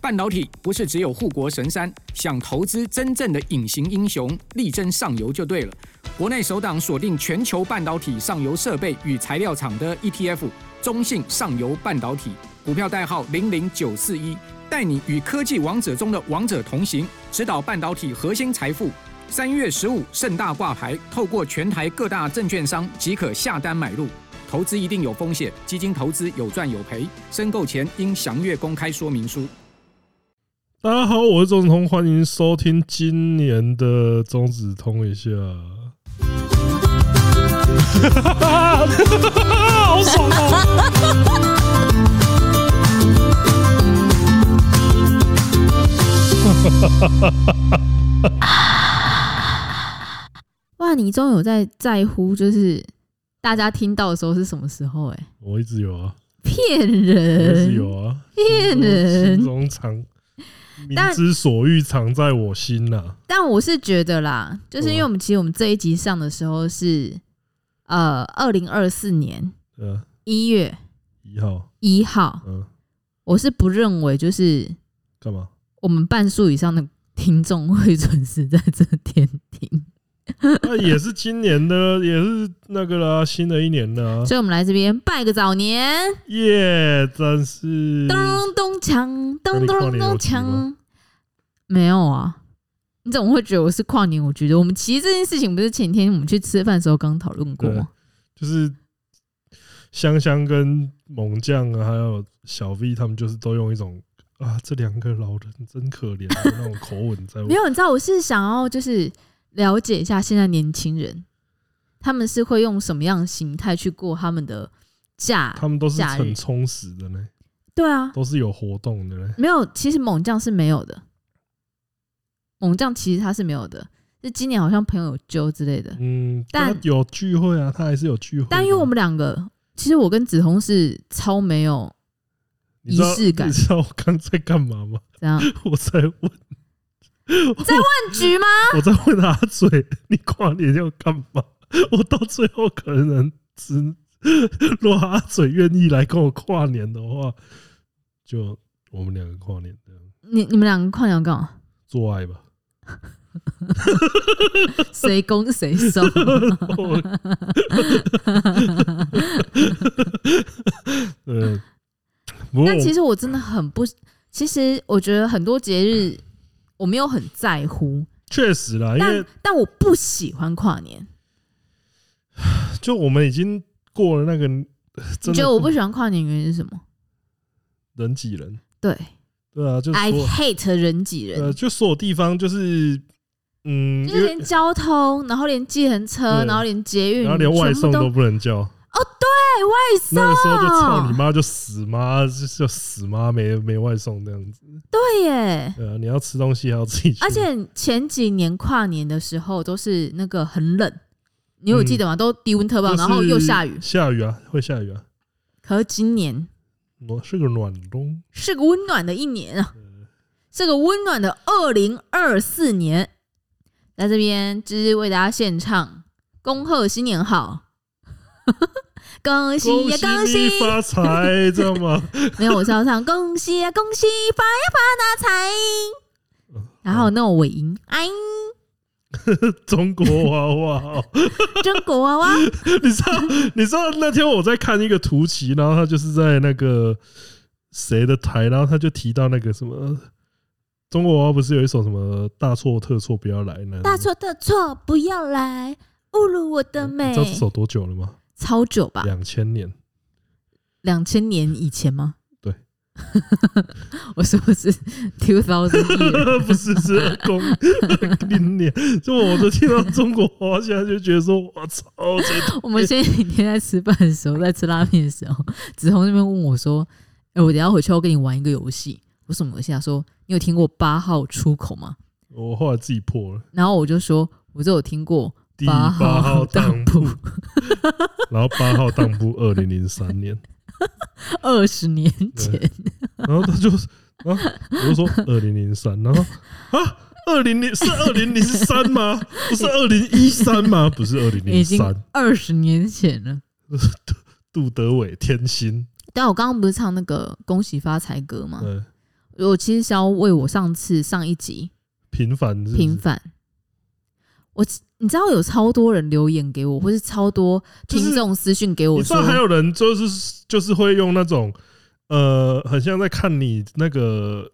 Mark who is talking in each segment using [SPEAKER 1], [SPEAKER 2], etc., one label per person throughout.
[SPEAKER 1] 半导体不是只有护国神山，想投资真正的隐形英雄，力争上游就对了。国内首档锁定全球半导体上游设备与材料厂的 ETF，中信上游半导体，股票代号零零九四一，带你与科技王者中的王者同行，指导半导体核心财富。三月十五盛大挂牌，透过全台各大证券商即可下单买入。投资一定有风险，基金投资有赚有赔，申购前应详阅公开说明书。
[SPEAKER 2] 大家好，我是钟子通，欢迎收听今年的钟子通一下。好爽哦！
[SPEAKER 3] 哇，你终于有在在乎，就是大家听到的时候是什么时候、欸？ 哎，
[SPEAKER 2] 我一直有啊，
[SPEAKER 3] 骗
[SPEAKER 2] 我一直
[SPEAKER 3] 人，
[SPEAKER 2] 有啊，
[SPEAKER 3] 骗
[SPEAKER 2] 我心
[SPEAKER 3] 人。
[SPEAKER 2] 中藏，民
[SPEAKER 3] 但
[SPEAKER 2] 之所欲，藏在我心呐、
[SPEAKER 3] 但我是觉得啦，就是因为我们其实我们这一集上的时候是呃二零二四年
[SPEAKER 2] 嗯，
[SPEAKER 3] 一月
[SPEAKER 2] 一号，
[SPEAKER 3] 一号，
[SPEAKER 2] 嗯，
[SPEAKER 3] 我是不认为就是
[SPEAKER 2] 干嘛？
[SPEAKER 3] 我们半数以上的听众会 准时在这天听，
[SPEAKER 2] 那啊也是今年的， 也是那个啦，新的一年啦，
[SPEAKER 3] 所以我们来这边拜个早年。
[SPEAKER 2] 耶！真是
[SPEAKER 3] 咚咚咚锵，
[SPEAKER 2] 嗯那你
[SPEAKER 3] 咚
[SPEAKER 2] 跨
[SPEAKER 3] 咚
[SPEAKER 2] 年有
[SPEAKER 3] 咚
[SPEAKER 2] 局吗
[SPEAKER 3] 锵。没有啊，你怎么会觉得我是跨年？我觉得我们其实这件事情不是前天我们去吃饭的时候刚讨论过
[SPEAKER 2] 对
[SPEAKER 3] 吗？
[SPEAKER 2] 就是香香跟猛将啊，还有小 V 他们，就是都用一种啊，这两个老人真可怜的那种口吻在问
[SPEAKER 3] 没有，你知道我是想要就是了解一下现在年轻人，他们是会用什么样的形态去过他们的假？
[SPEAKER 2] 他们都是
[SPEAKER 3] 假啊日
[SPEAKER 2] 很充实的呢，
[SPEAKER 3] 对啊，
[SPEAKER 2] 都是有活动的呢。
[SPEAKER 3] 没有，其实猛将是没有的，猛将其实他是没有的，是今年好像朋友有揪之类的，
[SPEAKER 2] 嗯，
[SPEAKER 3] 但
[SPEAKER 2] 他有聚会啊，他还是有聚会的。
[SPEAKER 3] 但因为我们两个，其实我跟子彤是超没有
[SPEAKER 2] 你知道
[SPEAKER 3] 仪式感
[SPEAKER 2] 你知道我刚在干嘛吗？
[SPEAKER 3] 这样
[SPEAKER 2] 我在问，
[SPEAKER 3] 饭局吗？
[SPEAKER 2] 我在问阿嘴， 你跨年要干嘛？我到最后可能只，如果阿嘴愿意来跟我跨年的话，就我们两个跨年这样
[SPEAKER 3] 你你们两个跨年要干 嘛？
[SPEAKER 2] 做爱 吧。
[SPEAKER 3] 谁攻 谁受？
[SPEAKER 2] 哦嗯，不过
[SPEAKER 3] 但其
[SPEAKER 2] 我
[SPEAKER 3] 实我真的很不，其实我觉得很多节日我没有很在乎，
[SPEAKER 2] 确实啦，哎因为
[SPEAKER 3] 但但我不喜欢跨年。
[SPEAKER 2] 就我们已经过了那个，
[SPEAKER 3] 你
[SPEAKER 2] 真
[SPEAKER 3] 觉
[SPEAKER 2] 的
[SPEAKER 3] 得我不喜欢跨年原因是什么？
[SPEAKER 2] 人挤人，
[SPEAKER 3] 对
[SPEAKER 2] 对啊，就
[SPEAKER 3] ，I
[SPEAKER 2] 所
[SPEAKER 3] hate 人挤
[SPEAKER 2] 呃，
[SPEAKER 3] 哎人，
[SPEAKER 2] 就所有地方就是，嗯，
[SPEAKER 3] 就
[SPEAKER 2] 因
[SPEAKER 3] 是
[SPEAKER 2] 为
[SPEAKER 3] 连交通，然后连计程车，
[SPEAKER 2] 对啊
[SPEAKER 3] 然后连捷运，
[SPEAKER 2] 然后连外
[SPEAKER 3] 全部
[SPEAKER 2] 送
[SPEAKER 3] 都
[SPEAKER 2] 都不能叫。
[SPEAKER 3] 对外送。
[SPEAKER 2] 那个时候就操你妈，就死妈，就就死妈没没外送这样子。
[SPEAKER 3] 对耶！
[SPEAKER 2] 对啊，你要吃东西还要自己去。
[SPEAKER 3] 而且前几年跨年的时候都是那个很冷，你有记得吗？都低温特报，
[SPEAKER 2] 嗯就是
[SPEAKER 3] 然后又下雨。
[SPEAKER 2] 下雨啊，会下雨啊。
[SPEAKER 3] 可是今年
[SPEAKER 2] 我是个暖冬，
[SPEAKER 3] 是个温暖的一年啊，
[SPEAKER 2] 嗯
[SPEAKER 3] 是个温暖的二零二四年，在这边就是为大家献唱，恭贺新年好， 恭喜
[SPEAKER 2] 恭
[SPEAKER 3] 呀、
[SPEAKER 2] 喜
[SPEAKER 3] 恭
[SPEAKER 2] 你
[SPEAKER 3] 喜！
[SPEAKER 2] 发财，知道吗？
[SPEAKER 3] 没有，我是要唱恭喜呀、恭喜，发呀发大财。然后那种尾音，哎，
[SPEAKER 2] 中国娃娃哦，
[SPEAKER 3] 中国 娃娃，
[SPEAKER 2] 你知道？你知道那天我在看一个图奇，然后他就是在那个谁的台，然后他就提到那个什么中国娃娃，不是有一首什么大错特错不要来呢？
[SPEAKER 3] 大错特错，不要来侮辱我的
[SPEAKER 2] 你
[SPEAKER 3] 美
[SPEAKER 2] 知。道这首多久了吗？
[SPEAKER 3] 超久吧，
[SPEAKER 2] 两千 年。
[SPEAKER 3] 两千年以前吗？
[SPEAKER 2] 对，
[SPEAKER 3] 我是不是 two thousand？
[SPEAKER 2] 不是是二公零年，就我就听到中国娃娃，现在就觉得说，我操， 这
[SPEAKER 3] 我们前几天在吃饭的时候，在吃拉面的时候，子彤那边问我说：“哎、我等一下回去要跟你玩一个游戏。”我说什么游戏啊？他说你有听过八号出口吗？
[SPEAKER 2] 我后来自己破了
[SPEAKER 3] 然后我就说，我就有 听过
[SPEAKER 2] 第
[SPEAKER 3] 八
[SPEAKER 2] 八号当
[SPEAKER 3] 当
[SPEAKER 2] 铺， 然后八号当铺二零零三年，
[SPEAKER 3] 二十年前，
[SPEAKER 2] 然后他就啊，我就说二零零三，然后啊。二零零是二零零三吗？不是二零一三吗？不是二零零
[SPEAKER 3] 已经
[SPEAKER 2] 三。
[SPEAKER 3] 二十年前了。
[SPEAKER 2] 杜德伟天心，呃
[SPEAKER 3] 但我刚刚不是唱那个恭喜发财歌吗？
[SPEAKER 2] 对，
[SPEAKER 3] 我我其实是要为我上次上一集
[SPEAKER 2] 平凡是不是
[SPEAKER 3] 平反。我你知道有超多人留言给我，或是超多
[SPEAKER 2] 就是
[SPEAKER 3] 听众私讯给我
[SPEAKER 2] 你知
[SPEAKER 3] 说，
[SPEAKER 2] 道还有人就是就是会用那种呃，很像在看你那个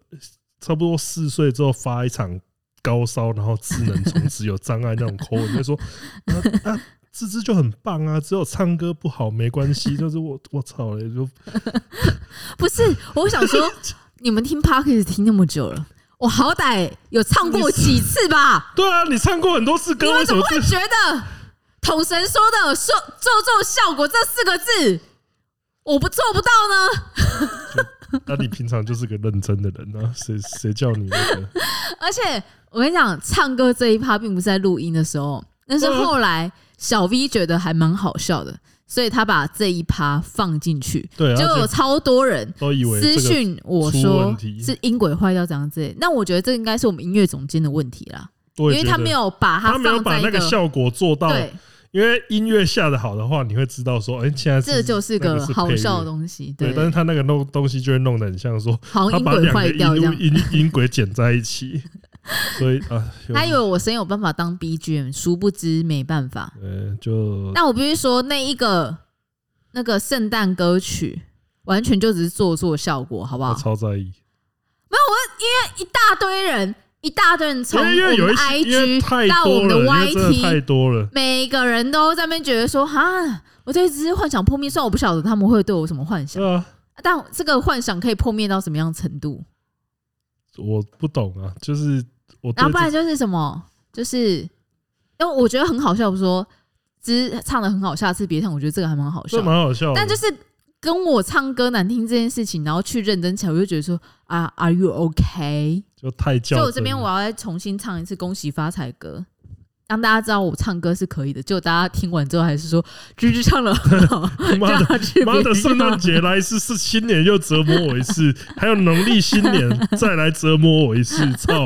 [SPEAKER 2] 差不多四岁之后发一场高烧，然后智能从此有障碍那种口吻，就说啊啊，芝芝就很棒啊，只有唱歌不好没关系，就是我我操嘞，就
[SPEAKER 3] 不是，我想 说，你们听 p o d c a s t 听那么久了，我好歹有唱过几次 吧？
[SPEAKER 2] 对啊，你唱过很多次
[SPEAKER 3] 你
[SPEAKER 2] 歌，为
[SPEAKER 3] 们
[SPEAKER 2] 什
[SPEAKER 3] 怎么
[SPEAKER 2] 么
[SPEAKER 3] 会
[SPEAKER 2] 这
[SPEAKER 3] 觉得统神说的“说做做效果”这四个字，我不做不到呢？
[SPEAKER 2] 那你平常就是个认真的人啊，谁谁叫你那个？
[SPEAKER 3] 而且我跟你讲，唱歌这一趴并不是在录音的时候，但是后来小 V 觉得还蛮好笑的，所以他把这一趴放进去，
[SPEAKER 2] 对啊，
[SPEAKER 3] 就有
[SPEAKER 2] 而且
[SPEAKER 3] 超多人
[SPEAKER 2] 都以为
[SPEAKER 3] 私
[SPEAKER 2] 这个
[SPEAKER 3] 讯我
[SPEAKER 2] 出
[SPEAKER 3] 说
[SPEAKER 2] 问题
[SPEAKER 3] 是音轨坏掉怎样之类的，那我觉得这应该是我们音乐总监的问题啦，
[SPEAKER 2] 我也
[SPEAKER 3] 因为
[SPEAKER 2] 觉
[SPEAKER 3] 他
[SPEAKER 2] 得
[SPEAKER 3] 没有把它
[SPEAKER 2] 他没有
[SPEAKER 3] 放
[SPEAKER 2] 把
[SPEAKER 3] 在
[SPEAKER 2] 那
[SPEAKER 3] 一
[SPEAKER 2] 个效果做到
[SPEAKER 3] 对，
[SPEAKER 2] 因为音乐下的好的话，你会知道说，哎、现在
[SPEAKER 3] 这就是
[SPEAKER 2] 那
[SPEAKER 3] 个
[SPEAKER 2] 是
[SPEAKER 3] 好
[SPEAKER 2] 配乐
[SPEAKER 3] 笑的东西，
[SPEAKER 2] 对，但是他那个弄东西就会弄得很像说，
[SPEAKER 3] 好
[SPEAKER 2] 他
[SPEAKER 3] 像音
[SPEAKER 2] 把
[SPEAKER 3] 轨
[SPEAKER 2] 两个
[SPEAKER 3] 坏掉这样
[SPEAKER 2] 音。音音轨剪在一 起，所以啊，有
[SPEAKER 3] 他以为我声音有办法当 BGM，殊不知没办法。
[SPEAKER 2] 呃，就
[SPEAKER 3] 但我必须说，那一个那个圣诞歌曲，完全就只是做做效果，好不
[SPEAKER 2] 他
[SPEAKER 3] 好？
[SPEAKER 2] 超在意，
[SPEAKER 3] 一大堆人，一大堆人从
[SPEAKER 2] 因
[SPEAKER 3] 我
[SPEAKER 2] 为因为有
[SPEAKER 3] 们
[SPEAKER 2] 一些因
[SPEAKER 3] 的
[SPEAKER 2] 为
[SPEAKER 3] IG
[SPEAKER 2] 太
[SPEAKER 3] 到我
[SPEAKER 2] 多了，
[SPEAKER 3] 们的
[SPEAKER 2] 因为真的太
[SPEAKER 3] YT，
[SPEAKER 2] 多 了，
[SPEAKER 3] 每一个人都在那边觉得说：“哈，我对这只幻想破灭。”虽然我不晓得他们会对我有什么幻想，
[SPEAKER 2] 对啊，
[SPEAKER 3] 但这个幻想可以破灭到什么样程度？
[SPEAKER 2] 我不懂啊，就是我对
[SPEAKER 3] 然后不然
[SPEAKER 2] 这
[SPEAKER 3] 就是什么，就是因为我觉得很好笑，我说只是唱的很好，下次别唱。我觉得这个还蛮好笑
[SPEAKER 2] 这，蛮好笑的，
[SPEAKER 3] 但就是跟我唱歌难听这件事情，然后去认真起来，我就觉得说啊，Are you okay？
[SPEAKER 2] 就太较真
[SPEAKER 3] 所以
[SPEAKER 2] 了，
[SPEAKER 3] 我这边我要再重新唱一次《恭喜发财》歌。让大家知道我唱歌是可以的，结果大家听完之后还是说芝芝唱了很好，
[SPEAKER 2] 妈
[SPEAKER 3] 让
[SPEAKER 2] 的
[SPEAKER 3] 他去
[SPEAKER 2] 妈
[SPEAKER 3] 别
[SPEAKER 2] 的，圣诞
[SPEAKER 3] 人。
[SPEAKER 2] 节来一次，是新年又折磨我一 次，还有农历新年再来折磨我一次，操！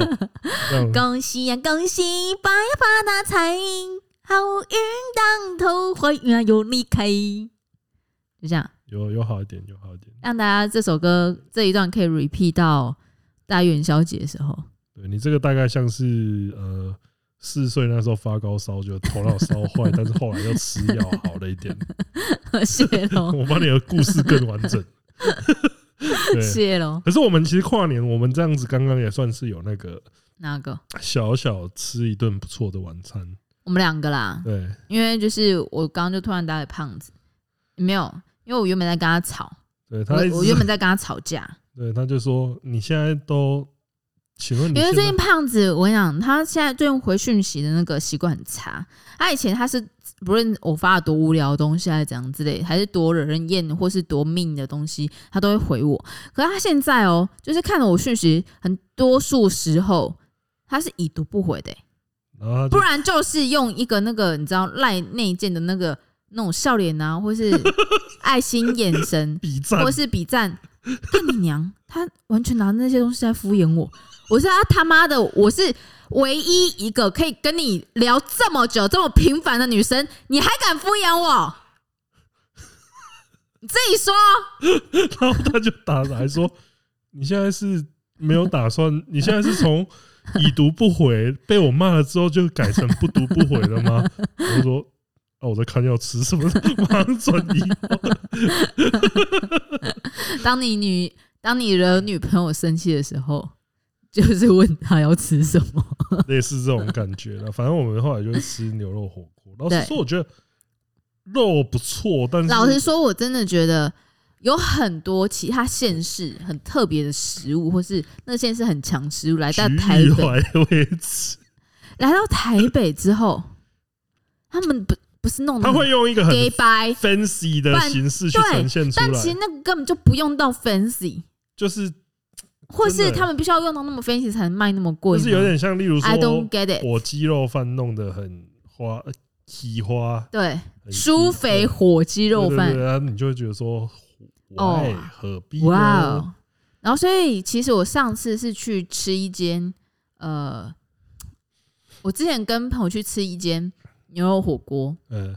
[SPEAKER 2] 这样
[SPEAKER 3] 恭喜呀、恭喜发呀发大财，好运当头，花园有你开。就这样，
[SPEAKER 2] 有有好一点，有好一点。
[SPEAKER 3] 让大家这首歌这一段可以 repeat 到大元宵节的时候。
[SPEAKER 2] 对你这个大概像是呃四岁那时候发高烧，就头脑烧坏，但是后来又吃药好了一 点。
[SPEAKER 3] 谢 喽，
[SPEAKER 2] 我把你的故事更完 整。对，
[SPEAKER 3] 谢喽，
[SPEAKER 2] 可是我们其实跨年，我们这样子刚刚也算是有那个
[SPEAKER 3] 哪个？
[SPEAKER 2] 小小吃一顿不错的晚餐。
[SPEAKER 3] 我们两个啦，
[SPEAKER 2] 对，
[SPEAKER 3] 因为就是我刚刚就突然打给胖子，没有，因为我原本在跟他吵，
[SPEAKER 2] 对
[SPEAKER 3] 我
[SPEAKER 2] 他一
[SPEAKER 3] 我原
[SPEAKER 2] 直
[SPEAKER 3] 本在跟他吵架，
[SPEAKER 2] 对他就说你现在都，请问你
[SPEAKER 3] 因为
[SPEAKER 2] 现
[SPEAKER 3] 最
[SPEAKER 2] 在
[SPEAKER 3] 近胖子，我跟你讲，他现在最近回讯息的那个习惯很差。他以前他是不论我发了多无聊的东西，还是怎样之类，还是多惹人厌或是多命的东西，他都会回我。可是他现在哦，就是看了我讯息，很多数时候他是已读不回的欸、
[SPEAKER 2] 然后他就
[SPEAKER 3] 不然就是用一个那个你知道赖内建的那个那种笑脸啊，或是爱心眼神，
[SPEAKER 2] 比赞
[SPEAKER 3] 或，是比赞，干你娘！他完全拿那些东西在敷衍我。我是他他妈的，我是唯一一个可以跟你聊这么久、这么频繁的女生，你还敢敷衍我？ 你自己说，
[SPEAKER 2] 然后他就打来说：“你现在是没有打算？ 你现在是从已读不回被我骂了之后就改成不读不回了吗？” 我就说：“啊，我在看要吃什么， 马上转移。
[SPEAKER 3] 当你女当你惹女朋友生气的时候，就是问她要吃什么。”
[SPEAKER 2] 类似这种感觉了。反正我们后来就吃牛肉火锅。老
[SPEAKER 3] 对
[SPEAKER 2] 实说，我觉得肉不错，但是
[SPEAKER 3] 老实说，我真的觉得有很多其他县市很特别的食物，或是那县市很强食物，来到台
[SPEAKER 2] 徐玉
[SPEAKER 3] 北，
[SPEAKER 2] 怀为止，
[SPEAKER 3] 来到台北之后，他们不不是弄
[SPEAKER 2] 他会用一个很
[SPEAKER 3] gay 掰，
[SPEAKER 2] fancy 的形式去
[SPEAKER 3] 对
[SPEAKER 2] 呈现出
[SPEAKER 3] 但其
[SPEAKER 2] 来
[SPEAKER 3] 实，那个根本就不用到 fancy，
[SPEAKER 2] 就是
[SPEAKER 3] 或
[SPEAKER 2] 真的
[SPEAKER 3] 是他们必须要用到那么 fancy 才能卖那么贵
[SPEAKER 2] 就
[SPEAKER 3] 吗，
[SPEAKER 2] 是有点像，例如说
[SPEAKER 3] I don't get it。
[SPEAKER 2] 火鸡肉饭弄得很花，呃奇花，
[SPEAKER 3] 对，
[SPEAKER 2] 很
[SPEAKER 3] 酥肥火鸡肉
[SPEAKER 2] 对对
[SPEAKER 3] 饭
[SPEAKER 2] 对，然后你就会觉得说，
[SPEAKER 3] 哦
[SPEAKER 2] 哎，何必呢？
[SPEAKER 3] 哇哦！然后，所以其实我上次是去吃一间，呃，我之
[SPEAKER 2] 呃
[SPEAKER 3] 前跟朋友去吃一间牛肉火锅，
[SPEAKER 2] 嗯，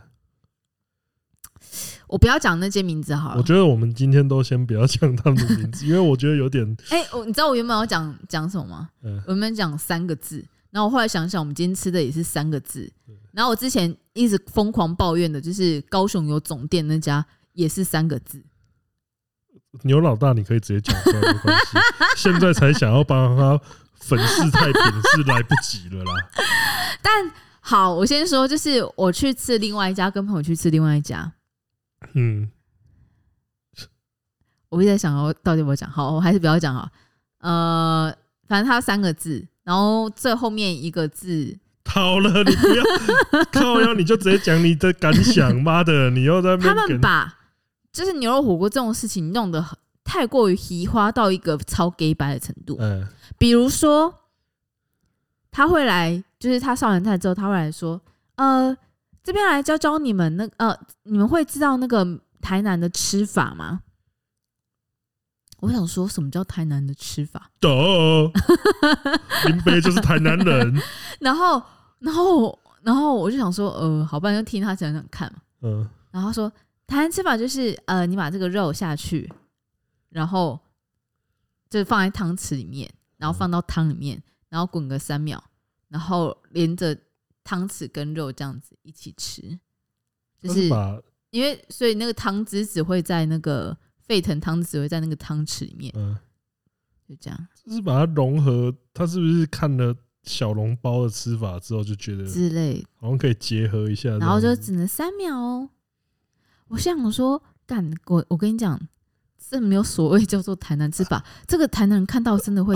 [SPEAKER 3] 我我不要讲那些名字好
[SPEAKER 2] 我
[SPEAKER 3] 了。
[SPEAKER 2] 觉得我们今天都先不要讲他们的名 字，因为我觉得有点
[SPEAKER 3] 哎、我你知道我原本要讲讲什么吗？
[SPEAKER 2] 嗯
[SPEAKER 3] 我原本讲三个字，然后我后来想想，我们今天吃的也是三个字。
[SPEAKER 2] 嗯
[SPEAKER 3] 然后我之前一直疯狂抱怨的就是高雄有总店那家也是三个字，
[SPEAKER 2] 牛老大，你可以直接讲出来，没关 系。现在才想要帮他粉饰太平是来不及了啦。
[SPEAKER 3] 但好，我先说，就是我去吃另外一家，跟朋友去吃另外一家，
[SPEAKER 2] 嗯，
[SPEAKER 3] 我一直在想我到底要不要讲，好，我还是不要讲好。呃，反正它三个字，然后最后面一个字，
[SPEAKER 2] 好了，你不 要靠腰，你就直接讲你的感想。妈的，你又在那
[SPEAKER 3] 他
[SPEAKER 2] 边
[SPEAKER 3] 们
[SPEAKER 2] 跟
[SPEAKER 3] 把就是牛肉火锅这种事情弄得很太过于移花到一个超 gay 白的程度。
[SPEAKER 2] 嗯
[SPEAKER 3] 比如说，他会来，就是他上完菜之后，他会来说，呃，这边来教教你们那呃，你们会知道那个台南的吃法吗？我想说什么叫台南的吃法，
[SPEAKER 2] 懂，林北就是台南人。
[SPEAKER 3] 然后，然后，然后我就想说，呃，好吧，就听他讲讲看嘛。
[SPEAKER 2] 嗯，
[SPEAKER 3] 然后他说，台南吃法就是，呃，你把这个肉下去，然后就放在汤匙里面，然后放到汤里面，然后滚个三秒，然后连着汤匙跟肉这样子一起吃，就
[SPEAKER 2] 他
[SPEAKER 3] 是
[SPEAKER 2] 把
[SPEAKER 3] 因为所以那个汤汁只会在那个沸腾汤汁会在那个汤匙里面，
[SPEAKER 2] 嗯，
[SPEAKER 3] 就这样
[SPEAKER 2] 就是把它融合。他是不是看了小笼包的吃法之后就觉得
[SPEAKER 3] 之类的
[SPEAKER 2] 好像可以结合一下这样子？
[SPEAKER 3] 然后就只能三秒哦。我想说，干我我跟你讲，这没有所谓叫做台南吃 法，这个台南人看到真的会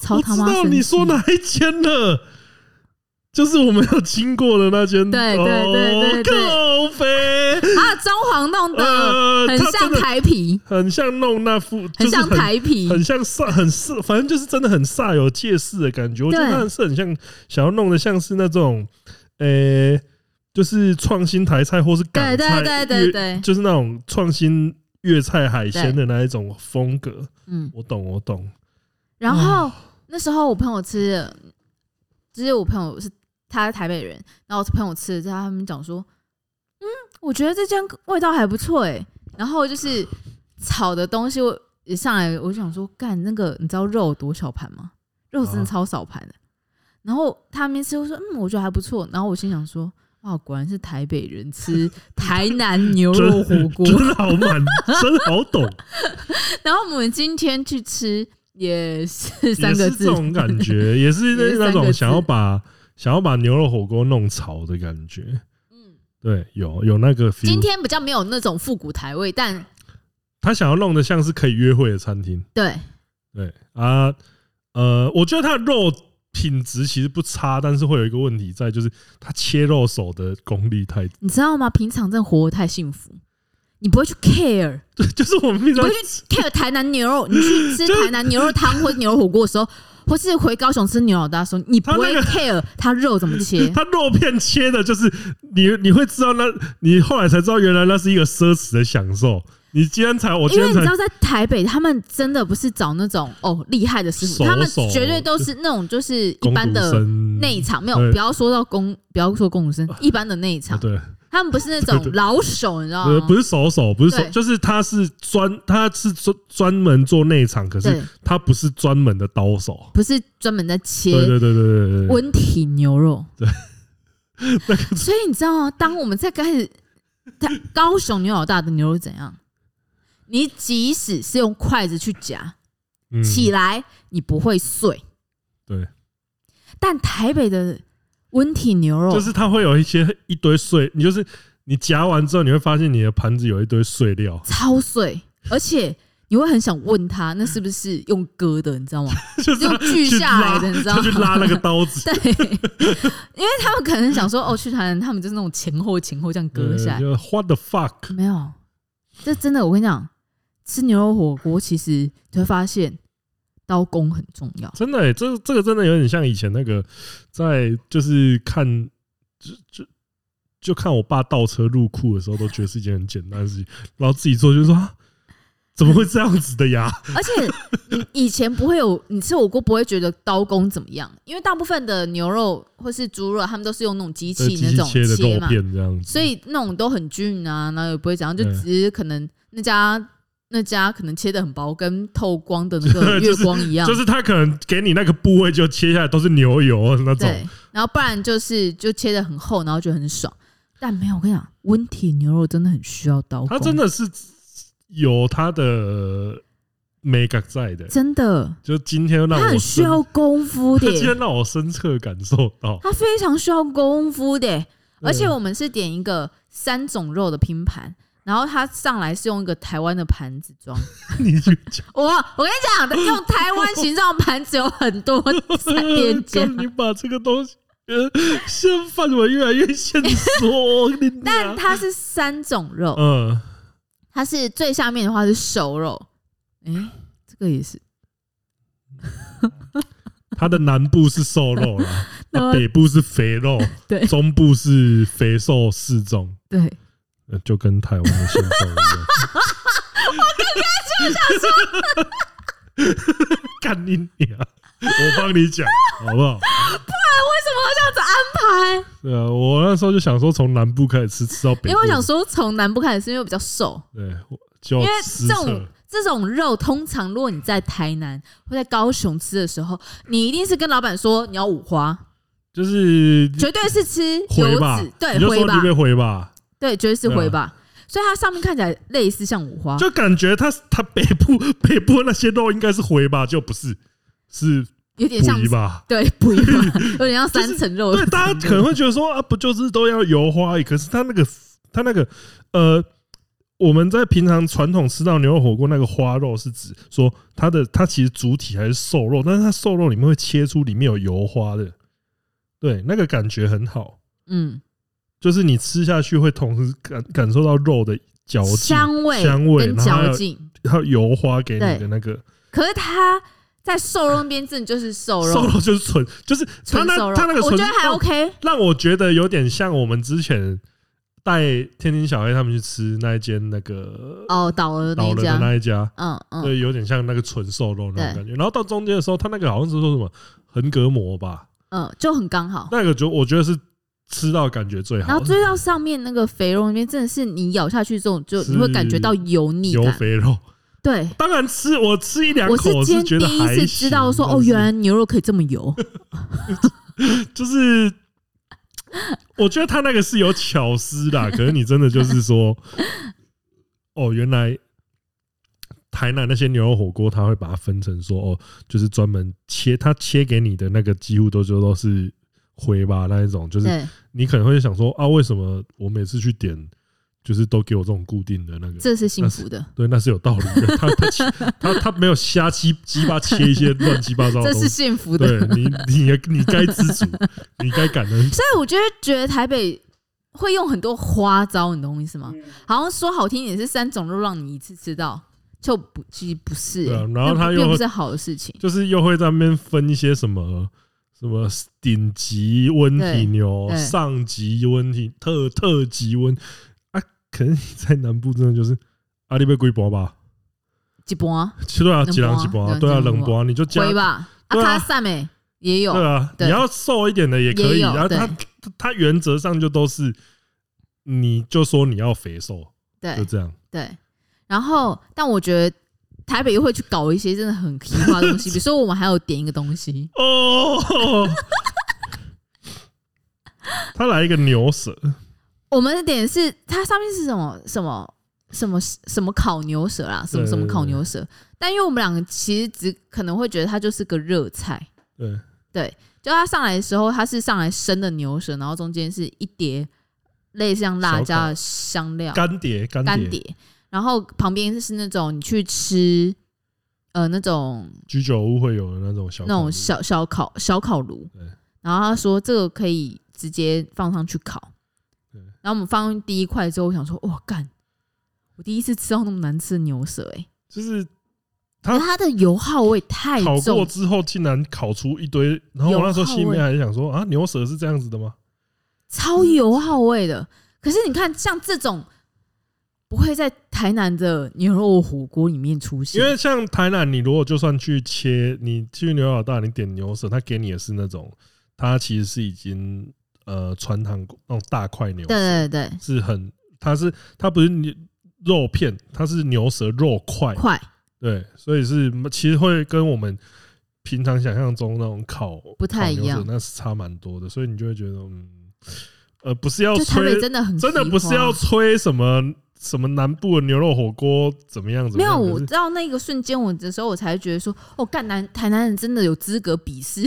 [SPEAKER 3] 超
[SPEAKER 2] 啊我
[SPEAKER 3] 他
[SPEAKER 2] 知
[SPEAKER 3] 妈
[SPEAKER 2] 道
[SPEAKER 3] 生
[SPEAKER 2] 你
[SPEAKER 3] 气。
[SPEAKER 2] 说哪一间了，就是我们有经过的那间。
[SPEAKER 3] 对对对对对
[SPEAKER 2] 哦靠北
[SPEAKER 3] 啊，装潢弄的
[SPEAKER 2] 呃，
[SPEAKER 3] 很
[SPEAKER 2] 它
[SPEAKER 3] 像
[SPEAKER 2] 真的
[SPEAKER 3] 台皮，
[SPEAKER 2] 很像弄那副，就
[SPEAKER 3] 很
[SPEAKER 2] 是
[SPEAKER 3] 像
[SPEAKER 2] 很
[SPEAKER 3] 台皮，
[SPEAKER 2] 很像煞，很煞，反正就是真的很煞有介事的感觉。我觉得
[SPEAKER 3] 对
[SPEAKER 2] 他是很像想要弄的，像是那种，呃、就是创新台菜或是港
[SPEAKER 3] 对
[SPEAKER 2] 菜，
[SPEAKER 3] 对对对
[SPEAKER 2] 粤
[SPEAKER 3] 对，
[SPEAKER 2] 就是那种创新粤菜海鲜的那一种风格。
[SPEAKER 3] 嗯。
[SPEAKER 2] 我懂，我懂。
[SPEAKER 3] 然后那时候我朋友吃的，就是我朋友是他是台北人，然后我朋友吃的，他们讲说，嗯，我觉得这间味道还不错哎、然后就是炒的东西，我一上来我就想说，干那个你知道肉有多少盘吗？肉真的
[SPEAKER 2] 啊
[SPEAKER 3] 超少盘的。然后他没吃，我说嗯，我觉得还不错。然后我心想说，哇，果然是台北人吃 台南牛肉火锅。
[SPEAKER 2] 真好 满，真好懂，
[SPEAKER 3] 然后我们今天去吃也是
[SPEAKER 2] 也
[SPEAKER 3] 三
[SPEAKER 2] 是
[SPEAKER 3] 个字
[SPEAKER 2] 这，种感觉，也是
[SPEAKER 3] 也是
[SPEAKER 2] 那那
[SPEAKER 3] 三个
[SPEAKER 2] 种
[SPEAKER 3] 字
[SPEAKER 2] 想要把想要把牛肉火锅弄潮的感觉。
[SPEAKER 3] 嗯。
[SPEAKER 2] 对，有有那个 feel。
[SPEAKER 3] 今天比较没有那种复古台味，但
[SPEAKER 2] 他想要弄得像是可以约会的餐厅。
[SPEAKER 3] 对
[SPEAKER 2] 对啊，呃，我觉得它的肉品质其实不差，但是会有一个问题在，就是它切肉手的功力太，
[SPEAKER 3] 你知道吗？平常真的活得太幸福，你不会去 care，
[SPEAKER 2] 对，就是我们平
[SPEAKER 3] 你不
[SPEAKER 2] 常
[SPEAKER 3] 会去 care 台南牛肉。你 去吃台南牛肉汤或牛肉火锅的时候，或是回高雄吃牛老大的时候，你不会
[SPEAKER 2] 他那个
[SPEAKER 3] care 它肉怎 么切。
[SPEAKER 2] 它肉片切的，就是你你会知道那，你后来才知道原来那是一个奢侈的享受。你今天才，我今
[SPEAKER 3] 因为
[SPEAKER 2] 天
[SPEAKER 3] 你
[SPEAKER 2] 才
[SPEAKER 3] 知道，在台北，他们真的不是找那种哦厉害的师
[SPEAKER 2] 熟
[SPEAKER 3] 傅，他们
[SPEAKER 2] 手
[SPEAKER 3] 绝对都是那种就是一
[SPEAKER 2] 工
[SPEAKER 3] 般
[SPEAKER 2] 读
[SPEAKER 3] 的
[SPEAKER 2] 生
[SPEAKER 3] 内场，没有
[SPEAKER 2] 对
[SPEAKER 3] 不要说到工，不要说工 读生，一般的内
[SPEAKER 2] 啊
[SPEAKER 3] 场，
[SPEAKER 2] 对，
[SPEAKER 3] 他们不是那种
[SPEAKER 2] 对对
[SPEAKER 3] 老手，你知道
[SPEAKER 2] 不是
[SPEAKER 3] 吗
[SPEAKER 2] 不？是手手，不是手
[SPEAKER 3] 对，
[SPEAKER 2] 就是他是专，他是专专门做内场，可是
[SPEAKER 3] 对，
[SPEAKER 2] 他不是专门的刀手。
[SPEAKER 3] 不是专门在切
[SPEAKER 2] 对对对对对对对，
[SPEAKER 3] 温体牛肉。
[SPEAKER 2] 嗯 对，
[SPEAKER 3] 所以你知道吗？当我们在开始，他高雄牛老大的牛肉怎样？你即使是用筷子去夹
[SPEAKER 2] 嗯
[SPEAKER 3] 起来，你不会碎。
[SPEAKER 2] 对，
[SPEAKER 3] 但台北的温体牛肉，，
[SPEAKER 2] 就是它会有一些一堆碎，你就是你夹完之后，你会发现你的盘子有一堆碎料
[SPEAKER 3] 超碎，而且你会很想问他，那是不是用割的？你知 道吗？
[SPEAKER 2] 就是
[SPEAKER 3] 用锯
[SPEAKER 2] 去
[SPEAKER 3] 下来
[SPEAKER 2] 拉
[SPEAKER 3] 的，你知道
[SPEAKER 2] 他
[SPEAKER 3] 吗？
[SPEAKER 2] 去拉那个刀子，
[SPEAKER 3] 对，因为他们可能想说，哦，去台南，他们就是那种前后前后这样 割下来
[SPEAKER 2] 呃，就 what the fuck，
[SPEAKER 3] 没有，这真的，我跟你讲，吃牛肉火锅其实你会发现刀工很重要。
[SPEAKER 2] 真的、欸，这这个真的有点像以前那个在就是看就就。就看我爸倒车入库的时候，都觉得是一件很简单的事情，然后自己做就说、啊、怎么会这样子的 呀？
[SPEAKER 3] 而且你 以前不会有，你吃火锅不会觉得刀工怎么样，因为大部分的牛肉或是猪肉，他们都是用那种机
[SPEAKER 2] 这
[SPEAKER 3] 器
[SPEAKER 2] 机
[SPEAKER 3] 那
[SPEAKER 2] 器
[SPEAKER 3] 种
[SPEAKER 2] 切的
[SPEAKER 3] 切
[SPEAKER 2] 肉
[SPEAKER 3] 嘛，
[SPEAKER 2] 片这样子，
[SPEAKER 3] 所以那种都很均匀啊，然后也不会怎样，就
[SPEAKER 2] 对
[SPEAKER 3] 只是可能那家那家可能切的很薄，跟透光的那 个
[SPEAKER 2] 就
[SPEAKER 3] 月
[SPEAKER 2] 是
[SPEAKER 3] 光一样，
[SPEAKER 2] 就是他可能给你那个部位就切下来都是牛油那种，
[SPEAKER 3] 对，然后不然就是就切的很厚，然后觉得很爽。但没有，我跟你讲，温体牛肉真的很需要刀工，
[SPEAKER 2] 它真的是有它的美感在的。
[SPEAKER 3] 真的，
[SPEAKER 2] 就今天让
[SPEAKER 3] 它
[SPEAKER 2] 我
[SPEAKER 3] 很需
[SPEAKER 2] 深，
[SPEAKER 3] 要功夫的
[SPEAKER 2] 它，今天让我深刻感受到，
[SPEAKER 3] 它非常需要功夫的。而且
[SPEAKER 2] 嗯
[SPEAKER 3] 我们是点一个三种肉的拼盘，然后它上来是用一个台湾的盘子装。
[SPEAKER 2] 你去讲，
[SPEAKER 3] 我我跟你讲，用台湾形状盘子有很多
[SPEAKER 2] 哎
[SPEAKER 3] 三 啊店家，
[SPEAKER 2] 你把这个东西。呃，现范围越来越限缩， 你娘
[SPEAKER 3] 但它是三种肉，
[SPEAKER 2] 嗯，
[SPEAKER 3] 它是最下面的话是熟肉，诶，这个也是。
[SPEAKER 2] 啊它的南部是瘦肉啦， 那
[SPEAKER 3] 那么
[SPEAKER 2] 北部是肥肉，
[SPEAKER 3] 对
[SPEAKER 2] 中部是肥瘦适中，
[SPEAKER 3] 对，
[SPEAKER 2] 呃就跟台湾的现状一样。我刚 刚就想说，干你娘！我帮你讲好不好？
[SPEAKER 3] 这样子安排，
[SPEAKER 2] 对啊，我那时候就想说，从南部开始吃，吃到北部。
[SPEAKER 3] 因为我想，说从南部开始是因为我比较瘦，
[SPEAKER 2] 对，我就
[SPEAKER 3] 因为
[SPEAKER 2] 失
[SPEAKER 3] 这
[SPEAKER 2] 策
[SPEAKER 3] 种。这种肉通常如果你在台南或在高雄吃的时候，你一定是跟老板说你要五花，
[SPEAKER 2] 就是
[SPEAKER 3] 绝对是吃
[SPEAKER 2] 回
[SPEAKER 3] 油
[SPEAKER 2] 嗯吧
[SPEAKER 3] 脂，，对
[SPEAKER 2] 你就
[SPEAKER 3] 回
[SPEAKER 2] 说
[SPEAKER 3] 吧
[SPEAKER 2] 你，被回吧，
[SPEAKER 3] 对，绝对是
[SPEAKER 2] 对啊
[SPEAKER 3] 回吧，所以它上面看起来类似像五花，
[SPEAKER 2] 就感觉它它北部 北部那些肉应该是回吧，就不是是
[SPEAKER 3] 有点像
[SPEAKER 2] 补一吧。
[SPEAKER 3] 对不一样， 有点像三层肉嗯
[SPEAKER 2] 对，大家可能会觉得说啊，不就是都要油花而已？可是它那个它那个呃，我们在平常传统吃到牛肉火锅那个花肉，是指说它的它其实主体还是瘦肉，但是它瘦肉里面会切出里面有油花的，对，那个感觉很好，
[SPEAKER 3] 嗯，
[SPEAKER 2] 就是你吃下去会同时感感受到肉的嚼劲，
[SPEAKER 3] 香味
[SPEAKER 2] 香味
[SPEAKER 3] 跟
[SPEAKER 2] 然后还有
[SPEAKER 3] 嚼劲，
[SPEAKER 2] 还有油花给你的
[SPEAKER 3] 对
[SPEAKER 2] 那个
[SPEAKER 3] 可是它在瘦肉那边真的就是瘦
[SPEAKER 2] 瘦
[SPEAKER 3] 肉，
[SPEAKER 2] 肉就是纯，就是它
[SPEAKER 3] 纯
[SPEAKER 2] 那
[SPEAKER 3] 瘦肉
[SPEAKER 2] 它那个，
[SPEAKER 3] 我
[SPEAKER 2] 纯
[SPEAKER 3] 觉得还 OK，
[SPEAKER 2] 让我觉得有点像我们之前带天津小黑他们去吃那一间那个
[SPEAKER 3] 哦，倒了那
[SPEAKER 2] 倒
[SPEAKER 3] 一
[SPEAKER 2] 了的
[SPEAKER 3] 家，
[SPEAKER 2] 那一家，
[SPEAKER 3] 嗯嗯，
[SPEAKER 2] 对，有点像那个纯瘦肉那种
[SPEAKER 3] 对
[SPEAKER 2] 感觉。然后到中间的时候，他那个好像是说什么横膈膜吧，
[SPEAKER 3] 嗯，就很刚好。
[SPEAKER 2] 那个就我觉得是吃到感觉最
[SPEAKER 3] 然
[SPEAKER 2] 好
[SPEAKER 3] 后
[SPEAKER 2] 的，
[SPEAKER 3] 追到上面那个肥肉那边，真的是你咬下去之后，就你会感觉到油腻
[SPEAKER 2] 油
[SPEAKER 3] 感。
[SPEAKER 2] 肥肉。
[SPEAKER 3] 对，
[SPEAKER 2] 当然吃我吃一两
[SPEAKER 3] 我
[SPEAKER 2] 口，
[SPEAKER 3] 今
[SPEAKER 2] 是
[SPEAKER 3] 天
[SPEAKER 2] 觉得
[SPEAKER 3] 第一
[SPEAKER 2] 还
[SPEAKER 3] 次知道
[SPEAKER 2] 行
[SPEAKER 3] 说，
[SPEAKER 2] 但
[SPEAKER 3] 哦，
[SPEAKER 2] 是
[SPEAKER 3] 原来牛肉可以这么 油。
[SPEAKER 2] 就是。我觉得他那个是有巧思的啊，可是你真的就是说，哦，原来台南那些牛肉火锅，他会把它分成说，哦，就是专门切，他切给你的那个几乎都就都是回吧那一种，就是
[SPEAKER 3] 对，
[SPEAKER 2] 你可能会想说啊，为什么我每次去点，就是都给我这种固定的那个？
[SPEAKER 3] 这是幸福的，
[SPEAKER 2] 对，那是有道理的。他他切他他没有瞎鸡鸡巴切一些乱七八糟的
[SPEAKER 3] 这
[SPEAKER 2] 东
[SPEAKER 3] 是
[SPEAKER 2] 西，
[SPEAKER 3] 幸福的。
[SPEAKER 2] 对你你你该知 足，你该感恩。
[SPEAKER 3] 所以我觉得，觉得台北会用很多花招，你懂我意思吗？
[SPEAKER 2] 嗯
[SPEAKER 3] 好像说好听一点是三种肉让你一次吃到，就不其实不是、
[SPEAKER 2] 对啊
[SPEAKER 3] 欸，
[SPEAKER 2] 然后
[SPEAKER 3] 那
[SPEAKER 2] 他
[SPEAKER 3] 不
[SPEAKER 2] 又
[SPEAKER 3] 并不是好的事情。
[SPEAKER 2] 就是又会在那边分一些什么什么顶级温体牛
[SPEAKER 3] 对、对
[SPEAKER 2] 上级温体、特特级温啊，可能在南部真的就是啊阿里贝龟博吧，
[SPEAKER 3] 几波啊
[SPEAKER 2] 其对啊，
[SPEAKER 3] 冷
[SPEAKER 2] 几两
[SPEAKER 3] 薄
[SPEAKER 2] 几博
[SPEAKER 3] 对
[SPEAKER 2] 啊，
[SPEAKER 3] 啊
[SPEAKER 2] 对啊，
[SPEAKER 3] 几两
[SPEAKER 2] 冷博啊，你就加
[SPEAKER 3] 回吧，阿
[SPEAKER 2] 对啊
[SPEAKER 3] 卡萨美也有，
[SPEAKER 2] 对啊，
[SPEAKER 3] 对
[SPEAKER 2] 你要瘦一点的也可以
[SPEAKER 3] 也有
[SPEAKER 2] 啊，
[SPEAKER 3] 对
[SPEAKER 2] 它它它原则上就都是你就说你要肥瘦，
[SPEAKER 3] 对
[SPEAKER 2] 就这样，
[SPEAKER 3] 对，然后但我觉得台北又会去搞一些真的很奇葩的 东西，比如说我们还有点一个东西，
[SPEAKER 2] 哦。他来一个牛舌，
[SPEAKER 3] 我们的点是它上面是什么什么什么什么烤牛舌啦，什么
[SPEAKER 2] 对
[SPEAKER 3] 什么烤牛舌，但因为我们两个其实只可能会觉得它就是个热菜，
[SPEAKER 2] 对，
[SPEAKER 3] 就它上来的时候它是上来生的牛舌，然后中间是一碟类似像辣椒的香料
[SPEAKER 2] 干碟，干
[SPEAKER 3] 干
[SPEAKER 2] 碟，
[SPEAKER 3] 碟，然后旁边是那种你去吃呃那种
[SPEAKER 2] 居酒屋会有的那种小
[SPEAKER 3] 那
[SPEAKER 2] 烤炉
[SPEAKER 3] 种小小烤小烤炉
[SPEAKER 2] 对，
[SPEAKER 3] 然后他说这个可以直接放上去烤
[SPEAKER 2] 对，
[SPEAKER 3] 然后我们放第一块之后，我想说哇干，我第一次吃到那么难吃的牛舌哎、
[SPEAKER 2] 就是
[SPEAKER 3] 欸，
[SPEAKER 2] 啊
[SPEAKER 3] 它的油耗味太
[SPEAKER 2] 烤过
[SPEAKER 3] 重，
[SPEAKER 2] 之后竟然烤出一堆，然后我那时候心里面还想说啊，牛舌是这样子的吗？
[SPEAKER 3] 超油耗味的。可是你看像这种不会在台南的牛肉火锅里面出现，
[SPEAKER 2] 因为像台南，你如果就算去切，你去牛老大，你点牛舌，他给你也是那种，它其实是已经呃穿烫过那种大块牛舌，
[SPEAKER 3] 对对对，
[SPEAKER 2] 是很，它是它不是牛肉片，它是牛舌肉块，
[SPEAKER 3] 快
[SPEAKER 2] 对，所以是其实会跟我们平常想象中那种烤
[SPEAKER 3] 不太一样
[SPEAKER 2] 烤牛舌那是差蛮多的，所以你就会觉得，嗯，呃，不是要
[SPEAKER 3] 就台北
[SPEAKER 2] 吹，
[SPEAKER 3] 真的很
[SPEAKER 2] 真的不是要
[SPEAKER 3] 奇
[SPEAKER 2] 吹什么什么南部的牛肉火锅怎么样怎
[SPEAKER 3] 葩没
[SPEAKER 2] 么样，
[SPEAKER 3] 有，
[SPEAKER 2] 可
[SPEAKER 3] 我
[SPEAKER 2] 是
[SPEAKER 3] 到那个瞬间，我的时候我才觉得说，哦，干南台南人真的有资格鄙视，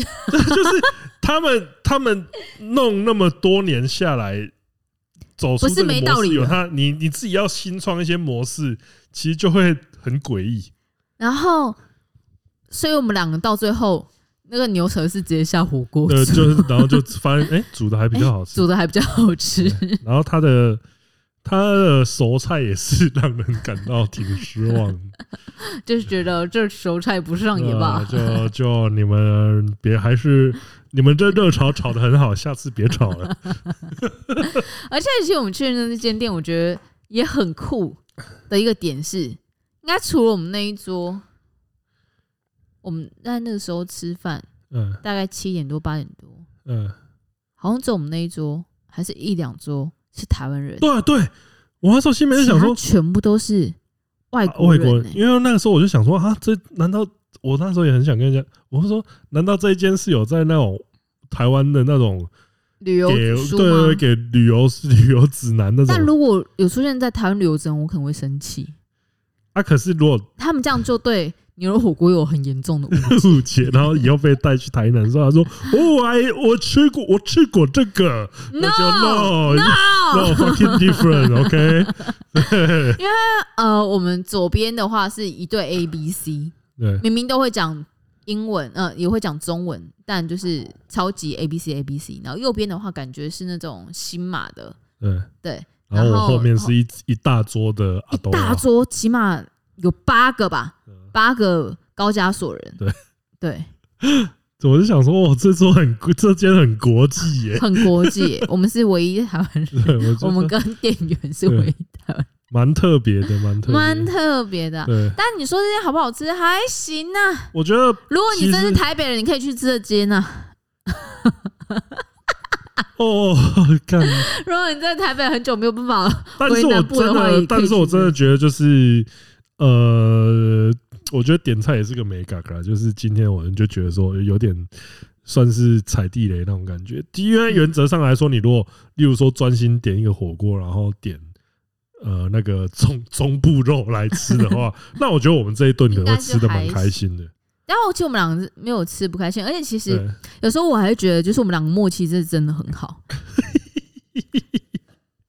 [SPEAKER 2] 他们他们弄那么多年下来，走出
[SPEAKER 3] 不是
[SPEAKER 2] 这个
[SPEAKER 3] 没道
[SPEAKER 2] 模式
[SPEAKER 3] 理的
[SPEAKER 2] 有他，你你自己要新创一些模式，其实就会很诡异。
[SPEAKER 3] 然后，所以我们两个到最后那个牛舌是直接下火锅
[SPEAKER 2] 呃，
[SPEAKER 3] 煮，
[SPEAKER 2] 就是然后就发现，哎、煮的还比较好吃
[SPEAKER 3] 煮。的还比较好吃，
[SPEAKER 2] 然后他的他的熟菜也是 让人感到挺失望的。
[SPEAKER 3] 就是觉得这熟菜不上也
[SPEAKER 2] 对
[SPEAKER 3] 罢
[SPEAKER 2] 啊。就就你们别还是你们这热炒炒的很好，下次别炒 了。
[SPEAKER 3] 而且其实我们去的那间店，我觉得也很酷的一个点是，应该除了我们那一桌，我们在那个时候吃饭，
[SPEAKER 2] 嗯
[SPEAKER 3] 大概七点多八点多，
[SPEAKER 2] 嗯，
[SPEAKER 3] 好像只有我们那一桌还是一两桌是台湾人，
[SPEAKER 2] 对啊对，我那时候心里面就想
[SPEAKER 3] 其
[SPEAKER 2] 说
[SPEAKER 3] 他，全部都是外
[SPEAKER 2] 啊外国
[SPEAKER 3] 人、
[SPEAKER 2] 人，
[SPEAKER 3] 欸。
[SPEAKER 2] 因为那个时候我就想说啊，这难道我那时候也很想跟人家，我是说，难道这一间是有在那种台湾的那种
[SPEAKER 3] 旅游
[SPEAKER 2] 给
[SPEAKER 3] 书
[SPEAKER 2] 对
[SPEAKER 3] 吗
[SPEAKER 2] 对？给旅游旅游指南那
[SPEAKER 3] 但
[SPEAKER 2] 种？
[SPEAKER 3] 如果有出现在台湾旅游证，我可能会生气。
[SPEAKER 2] 啊，可是如果
[SPEAKER 3] 他们这样就对牛肉火锅有很严重的误解。
[SPEAKER 2] 误解，然后以后被带去台南，说他说哦，哎，我吃过，我吃过这个，我就
[SPEAKER 3] No
[SPEAKER 2] no
[SPEAKER 3] no，
[SPEAKER 2] no fucking different，OK，
[SPEAKER 3] 呃，我们左边的话是一对 A B C，
[SPEAKER 2] 对
[SPEAKER 3] 明明都会讲英文，呃，也会讲中文，但就是超级 A B C A B C。然后右边的话，感觉是那种新马的，
[SPEAKER 2] 对，
[SPEAKER 3] 对，
[SPEAKER 2] 然后
[SPEAKER 3] 然
[SPEAKER 2] 我
[SPEAKER 3] 后
[SPEAKER 2] 后面是一一大桌的阿
[SPEAKER 3] 一
[SPEAKER 2] 东
[SPEAKER 3] 大
[SPEAKER 2] 啊，
[SPEAKER 3] 桌起码有八个吧，
[SPEAKER 2] 嗯
[SPEAKER 3] 八个高加索人，
[SPEAKER 2] 对
[SPEAKER 3] 对，
[SPEAKER 2] 我就想说，哇，这桌很这间很国际耶，
[SPEAKER 3] 很国际耶。我们是唯一台湾人，
[SPEAKER 2] 对，我觉
[SPEAKER 3] 我
[SPEAKER 2] 得
[SPEAKER 3] 们跟店员是唯一台湾
[SPEAKER 2] 蛮特别的，蛮特别的
[SPEAKER 3] 人，蛮特别的啊。
[SPEAKER 2] 对，
[SPEAKER 3] 但你说这间好不好吃？还行啊。
[SPEAKER 2] 我觉得
[SPEAKER 3] 如果你真是
[SPEAKER 2] 其实
[SPEAKER 3] 台北人，你可以去这间啊。
[SPEAKER 2] 哦， 干，
[SPEAKER 3] 如果你在台北很久没有办法，
[SPEAKER 2] 但是
[SPEAKER 3] 回
[SPEAKER 2] 我
[SPEAKER 3] 南部的
[SPEAKER 2] 真
[SPEAKER 3] 话也可以
[SPEAKER 2] 的，但
[SPEAKER 3] 去
[SPEAKER 2] 是我
[SPEAKER 3] 吃
[SPEAKER 2] 真的觉得就是，呃，我觉得点菜也是个美感啦。就是今天我们就觉得说有点算是踩地雷那种感觉。因为原则上来说，你如果例如说专心点一个火锅，然后点。呃，那个中 中部肉来吃的话，那我觉得我们这一顿可能会吃的蛮开心的。
[SPEAKER 3] 然后其实我们两个是没有吃不开心，而且其实
[SPEAKER 2] 对，
[SPEAKER 3] 有时候我还会觉得，就是我们两个默契真的真的很 好，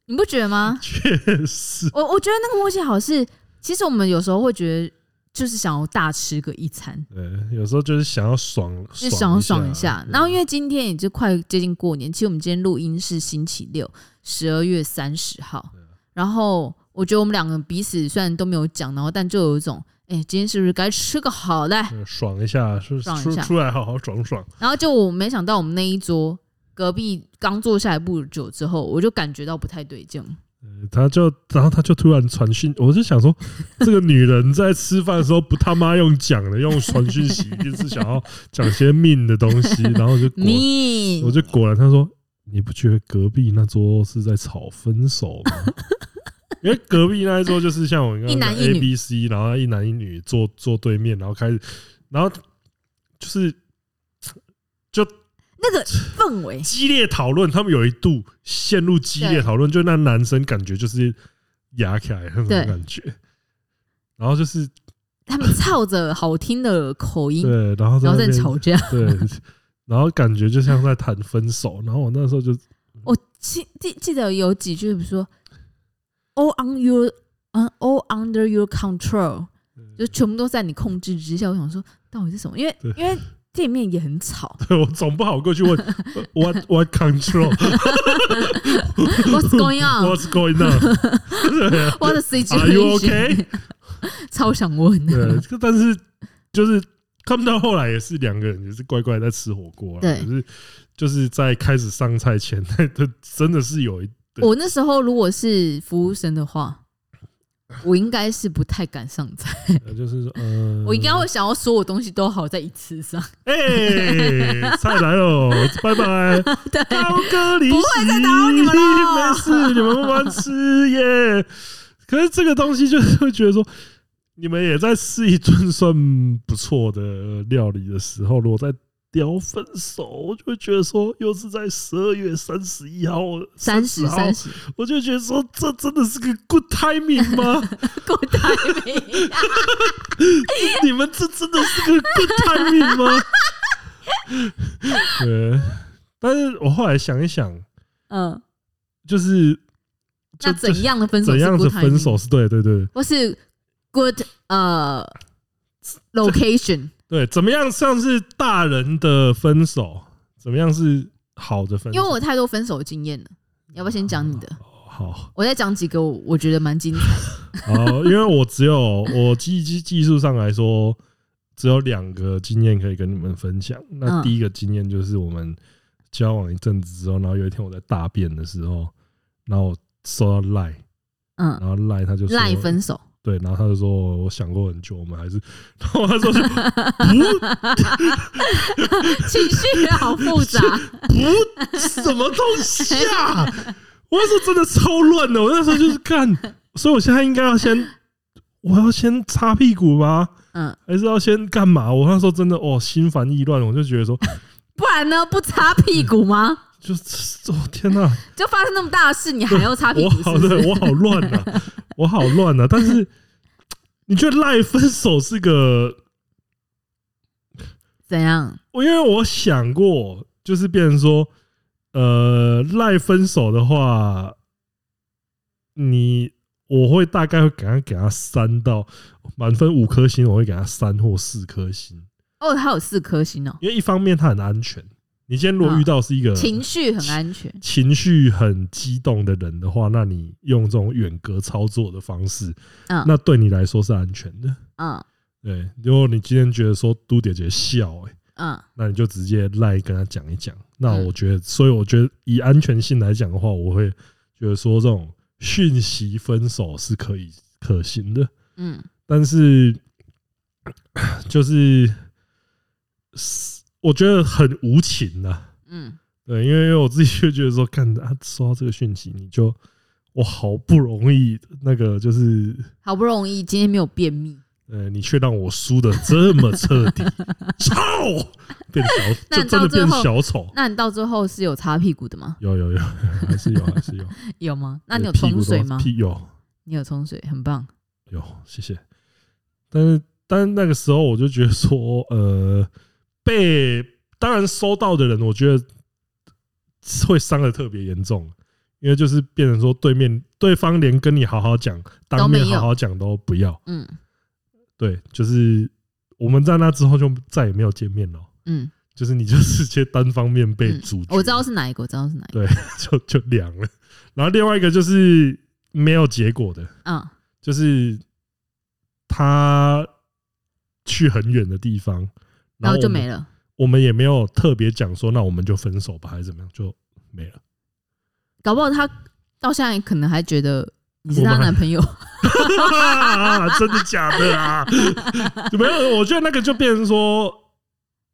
[SPEAKER 3] 你不觉得吗？
[SPEAKER 2] 确 实，
[SPEAKER 3] 我我觉得那个默契好是，其实我们有时候会觉得，就是想要大吃个一餐，
[SPEAKER 2] 对，有时候就是想要爽，
[SPEAKER 3] 就想要爽一
[SPEAKER 2] 一
[SPEAKER 3] 下。然后因
[SPEAKER 2] 为
[SPEAKER 3] 为今天也就快接近过年，其实我们今天录音是星期六，十二月三十号。
[SPEAKER 2] 啊
[SPEAKER 3] 然后我觉得我们两个彼此虽然都没有讲，然后但就有一种，哎、今天是不是该吃个 好的？
[SPEAKER 2] 呃爽一下，是
[SPEAKER 3] 爽一
[SPEAKER 2] 出
[SPEAKER 3] 下
[SPEAKER 2] 出来好好爽爽。
[SPEAKER 3] 然后就我没想到我们那一桌隔壁刚坐下来不久之后，我就感觉到不太对劲。
[SPEAKER 2] 呃他就，然后他就突然传讯，我就想 说，这个女人在吃饭的时候不他妈用讲的，用传讯息，一定是想要讲些命的东西。然后我就 果，
[SPEAKER 3] 你
[SPEAKER 2] 我就果然他说，你不觉得隔壁那桌是在吵分手 吗？因为隔壁那一桌就是像我刚刚讲
[SPEAKER 3] 一男一
[SPEAKER 2] A
[SPEAKER 3] 女
[SPEAKER 2] B C，然后一男一女坐坐对面，然后开始，然后就是
[SPEAKER 3] 那个氛围，
[SPEAKER 2] 激烈讨论，他们有一度陷入激烈
[SPEAKER 3] 对
[SPEAKER 2] 讨论，就那男生感觉就是压起来那种
[SPEAKER 3] 对
[SPEAKER 2] 感觉，然后就是
[SPEAKER 3] 他们操着好听的口音，
[SPEAKER 2] 对，然后在
[SPEAKER 3] 然后
[SPEAKER 2] 那
[SPEAKER 3] 在
[SPEAKER 2] 边
[SPEAKER 3] 吵架。
[SPEAKER 2] 对，然后感觉就像在谈分手，然后我那时候就
[SPEAKER 3] 我记记记得有几句，比如说 “all on your”。嗯，all under your control，就全部都在你控制之下。我想说，到底是什么？因为
[SPEAKER 2] 对
[SPEAKER 3] 因为店面也 很吵
[SPEAKER 2] 我总不好过去 问 what what control
[SPEAKER 3] ，What's going on？What
[SPEAKER 2] what's going on 啊
[SPEAKER 3] a
[SPEAKER 2] are you
[SPEAKER 3] situation？
[SPEAKER 2] okay
[SPEAKER 3] 超想问的。
[SPEAKER 2] 对，这个但是就是看不到后来也是两个人也是乖乖在吃火锅啊，
[SPEAKER 3] 对
[SPEAKER 2] 可是就是在开始上菜 前，那真的是有一
[SPEAKER 3] 我那时候如果是服务生的话，我应该是不太敢上菜，
[SPEAKER 2] 呃就是说呃，
[SPEAKER 3] 我应该会想要所有东西都好在一次上，
[SPEAKER 2] 哎，菜来了，拜拜，
[SPEAKER 3] 对，
[SPEAKER 2] 高歌离席，
[SPEAKER 3] 不会再打扰你们了
[SPEAKER 2] 没事，你们慢慢吃耶。可是这个东西就是会觉得说，你们也在试一顿算不错的料理的时候，如果在聊分手，我就会觉得说，又是在十二月三十一号、
[SPEAKER 3] 三十
[SPEAKER 2] 30号
[SPEAKER 3] 三，十，
[SPEAKER 2] 我就觉得说，这真的是个 good timing 吗？
[SPEAKER 3] 够大名。
[SPEAKER 2] 你们这真的是个 good timing 吗？对，但是我后来想一想，
[SPEAKER 3] 嗯，
[SPEAKER 2] 就是
[SPEAKER 3] 那
[SPEAKER 2] 就
[SPEAKER 3] 怎样的分手
[SPEAKER 2] 怎
[SPEAKER 3] 是
[SPEAKER 2] 样的
[SPEAKER 3] good
[SPEAKER 2] 分手
[SPEAKER 3] timing？
[SPEAKER 2] 是对，对对
[SPEAKER 3] 或是 good 呃 location？
[SPEAKER 2] 对，怎么样算是大人的分手？怎么样是好的分手？
[SPEAKER 3] 因为我太多分手经验了，
[SPEAKER 2] 嗯
[SPEAKER 3] 你要不要先讲你的？
[SPEAKER 2] 好
[SPEAKER 3] 我再讲几个我我觉得蛮精彩的。
[SPEAKER 2] 好，哦因为我只有我技技技术上来说，只有两个经验可以跟你们分享。那
[SPEAKER 3] 嗯
[SPEAKER 2] 第一个经验就是我们交往一阵子之后，然后有一天我在大便的时候，然后我收到赖，然
[SPEAKER 3] 嗯，
[SPEAKER 2] 后赖他就说
[SPEAKER 3] 赖分手，
[SPEAKER 2] 对，然后他就说我想过很久，我们还是， 然后他说 是
[SPEAKER 3] 情绪好复 杂。
[SPEAKER 2] 不什么东西啊！ 我那时候真的超乱的，我那时候就是干，所以我现在应该要先，我要先擦屁股吗？
[SPEAKER 3] 嗯，
[SPEAKER 2] 还是要先干嘛？我那时候真的哦，心烦意乱，我就觉得说，
[SPEAKER 3] 不然呢？不擦屁股吗？
[SPEAKER 2] 就是哦天哪、
[SPEAKER 3] 就发生那么大的事，你还要擦屁
[SPEAKER 2] 我
[SPEAKER 3] 股？
[SPEAKER 2] 好
[SPEAKER 3] 是不
[SPEAKER 2] 的，
[SPEAKER 3] 是？
[SPEAKER 2] 我好乱啊，我好乱啊！但是你觉得赖分手是个
[SPEAKER 3] 怎样？
[SPEAKER 2] 我因为我想过，就是变成说，呃，赖分手的话，你我会大概会给他给他三到满分五颗星，我会给他三或四颗星，
[SPEAKER 3] 哦，他有四颗星哦，
[SPEAKER 2] 因为一方面他很安全，你今天如果遇到是一个
[SPEAKER 3] 嗯情绪很安全。
[SPEAKER 2] 情绪很激动的人的话，那你用这种远隔操作的方式，
[SPEAKER 3] 嗯
[SPEAKER 2] 那对你来说是安全的。
[SPEAKER 3] 嗯
[SPEAKER 2] 对，如果你今天觉得说嘟姐姐笑、欸，
[SPEAKER 3] 嗯
[SPEAKER 2] 那你就直接赖跟他讲一讲。那
[SPEAKER 3] 嗯
[SPEAKER 2] 我觉得，所以我觉得以安全性来讲的话，我会觉得说这种讯息分手是可以可行的，
[SPEAKER 3] 嗯，
[SPEAKER 2] 但是就是 我觉得很无情呐、
[SPEAKER 3] 嗯，
[SPEAKER 2] 对，因为因为我自己就觉得说，看他收到这个讯息，你就我好不容易那个就是
[SPEAKER 3] 好不容易今天没有便秘，
[SPEAKER 2] 呃，你却让我输的这么彻 底，操！变小，
[SPEAKER 3] 那
[SPEAKER 2] 就真
[SPEAKER 3] 到
[SPEAKER 2] 的
[SPEAKER 3] 最
[SPEAKER 2] 变
[SPEAKER 3] 后
[SPEAKER 2] 小丑。
[SPEAKER 3] 那你到最后是有擦屁股的吗？
[SPEAKER 2] 有有有， 还是有还是有。
[SPEAKER 3] 有吗？ 那你有
[SPEAKER 2] 对屁股
[SPEAKER 3] 冲水
[SPEAKER 2] 都
[SPEAKER 3] 吗？
[SPEAKER 2] 屁有
[SPEAKER 3] 你有冲水，很棒。
[SPEAKER 2] 有，谢谢。但是但是那个时候我就觉得说，呃，被当然收到的人，我觉得会伤的特别严重，因为就是变成说对面对方连跟你好好讲，当面
[SPEAKER 3] 没有
[SPEAKER 2] 好好讲都不要。
[SPEAKER 3] 嗯
[SPEAKER 2] 对，就是我们在那之后就再也没有见面了。
[SPEAKER 3] 嗯，
[SPEAKER 2] 就是你就直接单方面被
[SPEAKER 3] 嗯
[SPEAKER 2] 阻绝、
[SPEAKER 3] 我知道是哪一个，我知道是哪一个。
[SPEAKER 2] 对，就就凉了。然后另外一个就是没有结果的，
[SPEAKER 3] 嗯
[SPEAKER 2] 就是他去很远的地方，
[SPEAKER 3] 然后就没
[SPEAKER 2] 了。
[SPEAKER 3] 了。
[SPEAKER 2] 我们也没有特别讲说，那我们就分手吧，还是怎么样，就没了。
[SPEAKER 3] 搞不好他到现在可能还觉得你是
[SPEAKER 2] 我
[SPEAKER 3] 他
[SPEAKER 2] 们还
[SPEAKER 3] 男 朋友。
[SPEAKER 2] 真的假的啊？没有，我觉得那个就变成说，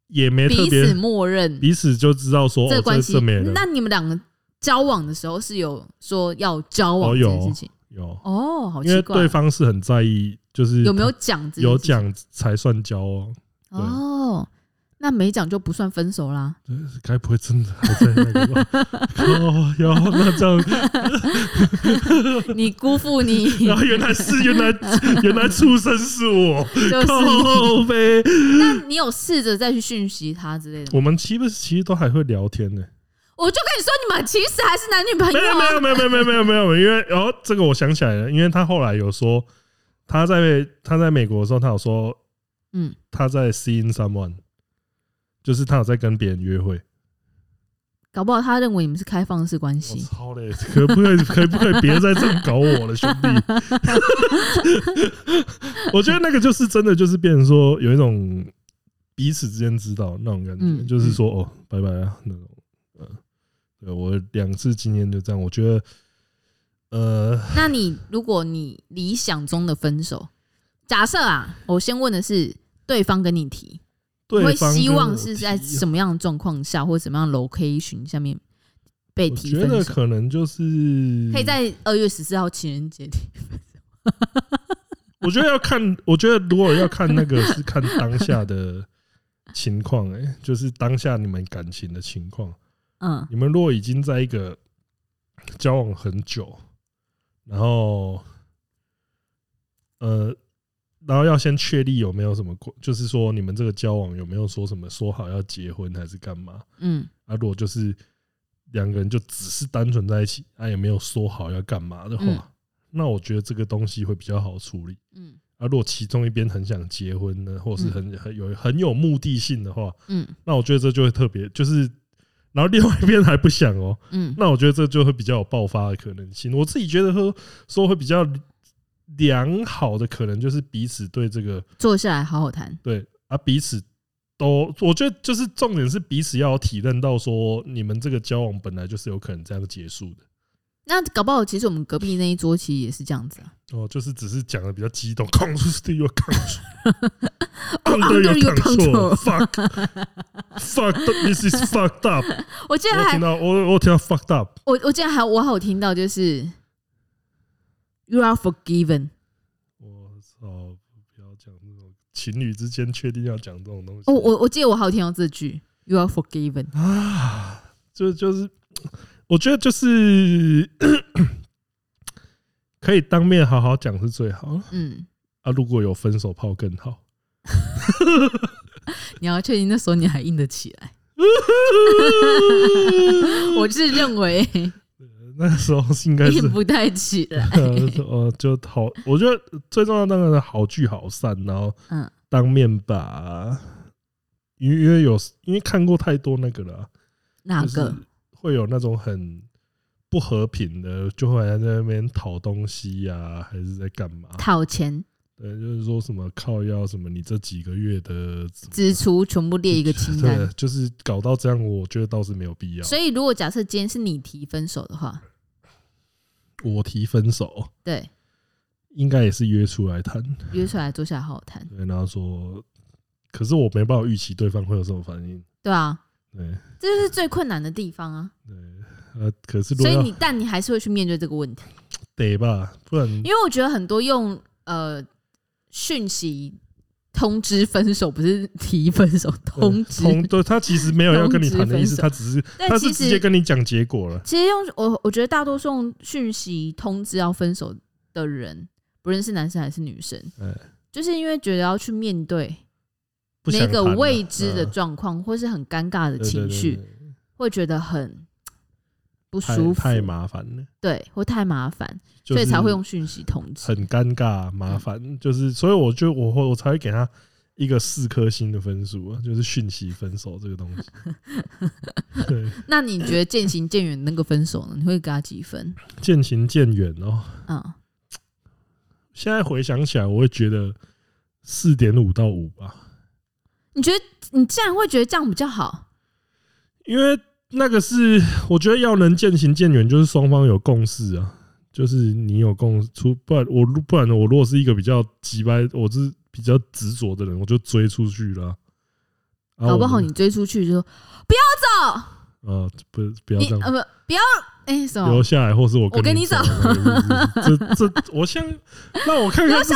[SPEAKER 2] 也没特
[SPEAKER 3] 彼
[SPEAKER 2] 别
[SPEAKER 3] 此默认
[SPEAKER 2] 彼此就知道说，
[SPEAKER 3] 这
[SPEAKER 2] 哦
[SPEAKER 3] 个，关
[SPEAKER 2] 这
[SPEAKER 3] 系
[SPEAKER 2] 这没。了。
[SPEAKER 3] 那你们两个交往的时候是有说要交往
[SPEAKER 2] 哦
[SPEAKER 3] 这
[SPEAKER 2] 有
[SPEAKER 3] 件事情？
[SPEAKER 2] 有，
[SPEAKER 3] 哦，好
[SPEAKER 2] 因
[SPEAKER 3] 奇
[SPEAKER 2] 为
[SPEAKER 3] 怪
[SPEAKER 2] 对，方是很在意，就是
[SPEAKER 3] 有没有讲这件事情？
[SPEAKER 2] 有讲才算交哦。对
[SPEAKER 3] 哦，那没讲就不算分手 啦。
[SPEAKER 2] 该不会真的还在那个吧？ 哦哟，那这样，
[SPEAKER 3] 你辜负 你
[SPEAKER 2] 然后原来是原来原来畜生是我，
[SPEAKER 3] 就是你，
[SPEAKER 2] 靠呗。
[SPEAKER 3] 那你有试着再去讯息他之类的吗？
[SPEAKER 2] 我们其实其实都还会聊天呢、
[SPEAKER 3] 我就跟你说，你们其实还是男女朋
[SPEAKER 2] 没有
[SPEAKER 3] 友
[SPEAKER 2] 没有
[SPEAKER 3] 啊。
[SPEAKER 2] 没有没有没有没有没有，因为哦，这个我想起来了，因为他后来有说他在他在美国的时候，他有说
[SPEAKER 3] 嗯，
[SPEAKER 2] 他在 seeing someone，就是他有在跟别人约会。
[SPEAKER 3] 搞不好他认为你们是开放式关
[SPEAKER 2] 我
[SPEAKER 3] 系。
[SPEAKER 2] 操嘞！可不可以可不可以别再这样搞我了，兄弟？ 我觉得那个就是真的，就是变成说有一种彼此之间知道那种感觉，
[SPEAKER 3] 嗯
[SPEAKER 2] 就是说哦，拜拜啊那种。呃，对我两次经验就这样，我觉得呃，
[SPEAKER 3] 那你如果你理想中的分手，假设啊，我先问的是对方跟你提，你
[SPEAKER 2] 对
[SPEAKER 3] 会
[SPEAKER 2] 方
[SPEAKER 3] 希
[SPEAKER 2] 跟
[SPEAKER 3] 望
[SPEAKER 2] 我
[SPEAKER 3] 是在
[SPEAKER 2] 提
[SPEAKER 3] 什么样的状况下，或者什么样的 location 下面被
[SPEAKER 2] 我
[SPEAKER 3] 提
[SPEAKER 2] 觉
[SPEAKER 3] 分
[SPEAKER 2] 得
[SPEAKER 3] 手？
[SPEAKER 2] 可能就是
[SPEAKER 3] 可以，在二月十四号情人节提。
[SPEAKER 2] 我觉得要看，我觉得如果要看那个是看当下的情况，哎，就是当下你们感情的情况。
[SPEAKER 3] 嗯
[SPEAKER 2] 你们如果已经在一个交往很久，然后呃，然后要先确立有没有什么过，就是说你们这个交往有没有说什么说好要结婚还是干嘛？
[SPEAKER 3] 嗯
[SPEAKER 2] 啊，如果就是两个人就只是单纯在一起，啊，也没有说好要干嘛的话，
[SPEAKER 3] 嗯
[SPEAKER 2] 那我觉得这个东西会比较好处理。
[SPEAKER 3] 嗯
[SPEAKER 2] 啊，如果其中一边很想结婚呢，或是很很有很有目的性的话，
[SPEAKER 3] 嗯
[SPEAKER 2] 那我觉得这就会特别，就是然后另外一边还不想哦、
[SPEAKER 3] 嗯
[SPEAKER 2] 那我觉得这就会比较有爆发的可能性。我自己觉得说说会比较良好的可能就是彼此对这个
[SPEAKER 3] 坐下来好好谈。
[SPEAKER 2] 对啊，彼此都，我觉得就是重点是彼此要有体认到说，你们这个交往本来就是有可能这样结束的。
[SPEAKER 3] 那搞不好，其实我们隔壁那一桌其实也是这样子啊。
[SPEAKER 2] 哦，就是只是讲的比较激动，control 又啊 control，under
[SPEAKER 3] under your control
[SPEAKER 2] control，fuck fuck this is fucked up。
[SPEAKER 3] 我竟然
[SPEAKER 2] 我
[SPEAKER 3] 还
[SPEAKER 2] 听到我我听到 fucked up，
[SPEAKER 3] 我我竟然还我还有听到就是 “You are forgiven”，
[SPEAKER 2] 我操，不要讲这种情侣之间确定要讲这种东西。
[SPEAKER 3] 哦，我我记得我还有听到这句 “You are forgiven”。
[SPEAKER 2] 啊，就就是，我觉得就是可以当面好好讲是最好
[SPEAKER 3] 嗯，
[SPEAKER 2] 啊。如果有分手炮更好，
[SPEAKER 3] 你要确定那时候你还硬得起来。 我是认为
[SPEAKER 2] 那时候是应该是
[SPEAKER 3] 硬不太起来。
[SPEAKER 2] 呃就好。我觉得最重要当然是好聚好散，然后
[SPEAKER 3] 嗯
[SPEAKER 2] 当面把，因为因为有因为看过太多那个了啊，
[SPEAKER 3] 哪
[SPEAKER 2] 就是
[SPEAKER 3] 个？
[SPEAKER 2] 会有那种很。不和平的，就会在那边讨东西呀、还是在干嘛？
[SPEAKER 3] 讨钱
[SPEAKER 2] 对，就是说什么靠腰什么，你这几个月的
[SPEAKER 3] 支出全部列一个清
[SPEAKER 2] 对
[SPEAKER 3] 单。，
[SPEAKER 2] 就是搞到这样，我觉得倒是没有必要。
[SPEAKER 3] 所以，如果假设今天是你提分手的话，
[SPEAKER 2] 我提分手，
[SPEAKER 3] 对，
[SPEAKER 2] 应该也是约出来谈，
[SPEAKER 3] 约出来坐下来好好谈，
[SPEAKER 2] 对，然后说，可是我没办法预期对方会有什么反应，
[SPEAKER 3] 对啊，
[SPEAKER 2] 对
[SPEAKER 3] 这就是最困难的地方啊。
[SPEAKER 2] 对，呃，可是如果
[SPEAKER 3] 所以
[SPEAKER 2] 要
[SPEAKER 3] 你，但你还是会去面对这个问题。
[SPEAKER 2] 得吧，不然
[SPEAKER 3] 因为我觉得很多用呃讯息通知分手，不是提分手通知。
[SPEAKER 2] 通对他其实没有要跟你谈的意思，
[SPEAKER 3] 通知分手
[SPEAKER 2] 他只是
[SPEAKER 3] 但
[SPEAKER 2] 他
[SPEAKER 3] 其
[SPEAKER 2] 是
[SPEAKER 3] 实
[SPEAKER 2] 直接跟你讲结果了，
[SPEAKER 3] 其实用我我觉得大多数用讯息通知要分手的人，不论是男生还是女生，
[SPEAKER 2] 哎
[SPEAKER 3] 就是因为觉得要去面对
[SPEAKER 2] 不想
[SPEAKER 3] 那
[SPEAKER 2] 谈
[SPEAKER 3] 个
[SPEAKER 2] 了
[SPEAKER 3] 未知的
[SPEAKER 2] 嗯
[SPEAKER 3] 状况，或是很尴尬的
[SPEAKER 2] 对对
[SPEAKER 3] 情
[SPEAKER 2] 对
[SPEAKER 3] 绪，
[SPEAKER 2] 对
[SPEAKER 3] 会觉得很不
[SPEAKER 2] 太
[SPEAKER 3] 舒服，
[SPEAKER 2] 太麻烦了，
[SPEAKER 3] 对，或太麻烦，
[SPEAKER 2] 就
[SPEAKER 3] 所以才会
[SPEAKER 2] 是
[SPEAKER 3] 用嗯讯息通知。
[SPEAKER 2] 很尴尬麻烦，就是所以我就我会我才会给他一个四颗星的分数啊，就是讯息分手这个东 西。对，
[SPEAKER 3] 那你觉得渐行渐远那个分手呢？你会给他几分？
[SPEAKER 2] 渐行渐远哦。
[SPEAKER 3] 嗯，
[SPEAKER 2] 现在回想起来，我会觉得四点五到五吧，
[SPEAKER 3] 你觉得你竟然会觉得这样比较
[SPEAKER 2] 啊
[SPEAKER 3] 好？
[SPEAKER 2] 因为那个是我觉得要能渐行渐远，就是双方有共识啊，就是你有共出，不然我不然我如果是一个比较急掰，我是比较执着的人，我就追出去了啊。啊
[SPEAKER 3] 搞不
[SPEAKER 2] 我
[SPEAKER 3] 好
[SPEAKER 2] 们
[SPEAKER 3] 你追出去就说不要走，
[SPEAKER 2] 啊，不不要
[SPEAKER 3] 你
[SPEAKER 2] 这样
[SPEAKER 3] 呃不不要哎、什么
[SPEAKER 2] 留？下来，或是我
[SPEAKER 3] 我跟
[SPEAKER 2] 跟
[SPEAKER 3] 你走
[SPEAKER 2] 走。这这，我先让我看看这是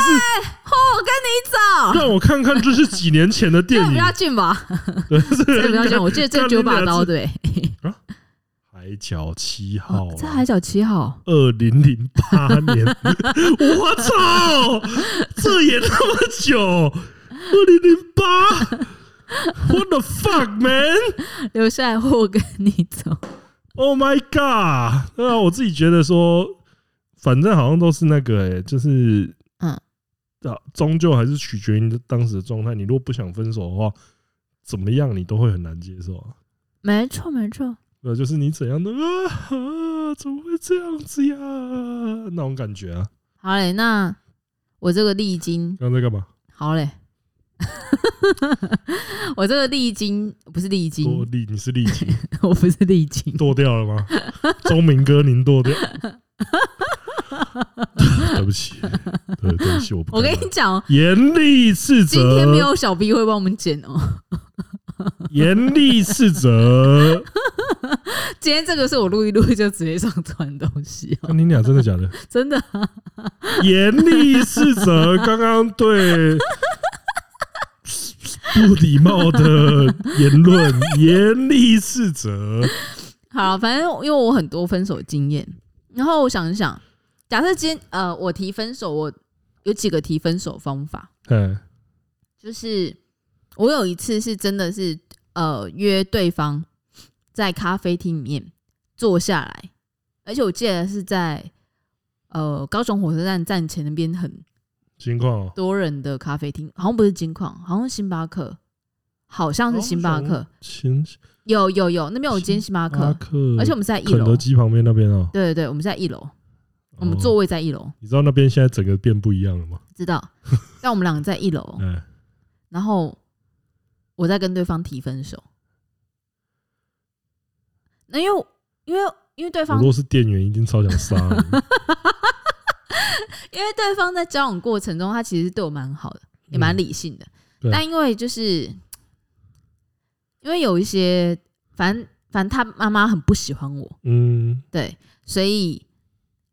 [SPEAKER 3] 我跟你走，
[SPEAKER 2] 让我看看这是几年前的
[SPEAKER 3] 这
[SPEAKER 2] 电
[SPEAKER 3] 个
[SPEAKER 2] 影
[SPEAKER 3] 不要，进吧，
[SPEAKER 2] 对，
[SPEAKER 3] 这个不要进。我记得这
[SPEAKER 2] 干
[SPEAKER 3] 九把
[SPEAKER 2] 你俩
[SPEAKER 3] 刀
[SPEAKER 2] 是
[SPEAKER 3] 对，
[SPEAKER 2] 海角七号
[SPEAKER 3] 哦，这海角七号，
[SPEAKER 2] 二零零八年，我操，这也那么久，二零零八。What the fuck, man?
[SPEAKER 3] 留下来或我跟你走，
[SPEAKER 2] Oh my god！对啊，我自己觉得说，反正好像都是那个、欸，就是
[SPEAKER 3] 嗯，
[SPEAKER 2] 啊，终究还是取决于你的当时的状态。你如果不想分手的话，怎么样你都会很难接受啊。
[SPEAKER 3] 没错没错，
[SPEAKER 2] 对，就是你怎样的啊啊，怎么会这样子呀？那种感觉啊。
[SPEAKER 3] 好嘞，那我这个历经
[SPEAKER 2] 刚刚在干嘛？
[SPEAKER 3] 好嘞， 我这个历经不是历
[SPEAKER 2] 多
[SPEAKER 3] 经，
[SPEAKER 2] 力，你是力气
[SPEAKER 3] 我不是历 经，
[SPEAKER 2] 剁掉了吗？钟明哥，您剁掉。 对不起，对对不起，我不
[SPEAKER 3] 我
[SPEAKER 2] 该
[SPEAKER 3] 跟
[SPEAKER 2] 玩
[SPEAKER 3] 你讲哦，
[SPEAKER 2] 严厉斥责，
[SPEAKER 3] 今天没有小 B 会帮我们剪哦。
[SPEAKER 2] 严厉斥 责。
[SPEAKER 3] 今天这个是我录一录就直接上传的东西哦，
[SPEAKER 2] 啊那你俩真的假的？
[SPEAKER 3] 真的啊
[SPEAKER 2] 严厉斥责刚刚对不礼貌的言 论，严厉斥责。
[SPEAKER 3] 好，反正因为我很多分手经验，然后我想一想，假设今天呃我提分手，我有几个提分手方法，
[SPEAKER 2] 嗯
[SPEAKER 3] 就是我有一次是真的是呃约对方在咖啡厅里面坐下来，而且我记得是在呃高雄火车站站前那边很
[SPEAKER 2] 情况哦
[SPEAKER 3] 多人的咖啡厅，好像不是金矿，好像是星巴克，好像是星巴克，，
[SPEAKER 2] 星
[SPEAKER 3] 有有有，那边有间星巴
[SPEAKER 2] 巴
[SPEAKER 3] 克，
[SPEAKER 2] 克，
[SPEAKER 3] 而且我们是在一
[SPEAKER 2] 肯
[SPEAKER 3] 楼
[SPEAKER 2] 德，基旁边那边哦。
[SPEAKER 3] 对对对，我们是在一楼，我们
[SPEAKER 2] 哦
[SPEAKER 3] 座位在一楼，
[SPEAKER 2] 你知道那边现在整个变不一样了吗？
[SPEAKER 3] 知 道，但我们两个在一楼，
[SPEAKER 2] 哎，
[SPEAKER 3] 然后我在跟对方提分手。那因为因为因为对
[SPEAKER 2] 我
[SPEAKER 3] 方
[SPEAKER 2] 如果是店员，一定超想杀 你。
[SPEAKER 3] 因为对方在交往过程中，他其实对我蛮好的，也蛮理性的。
[SPEAKER 2] 嗯对啊
[SPEAKER 3] 但因为就是因为有一些，反正反正他妈妈很不喜欢我，
[SPEAKER 2] 嗯，
[SPEAKER 3] 对，所以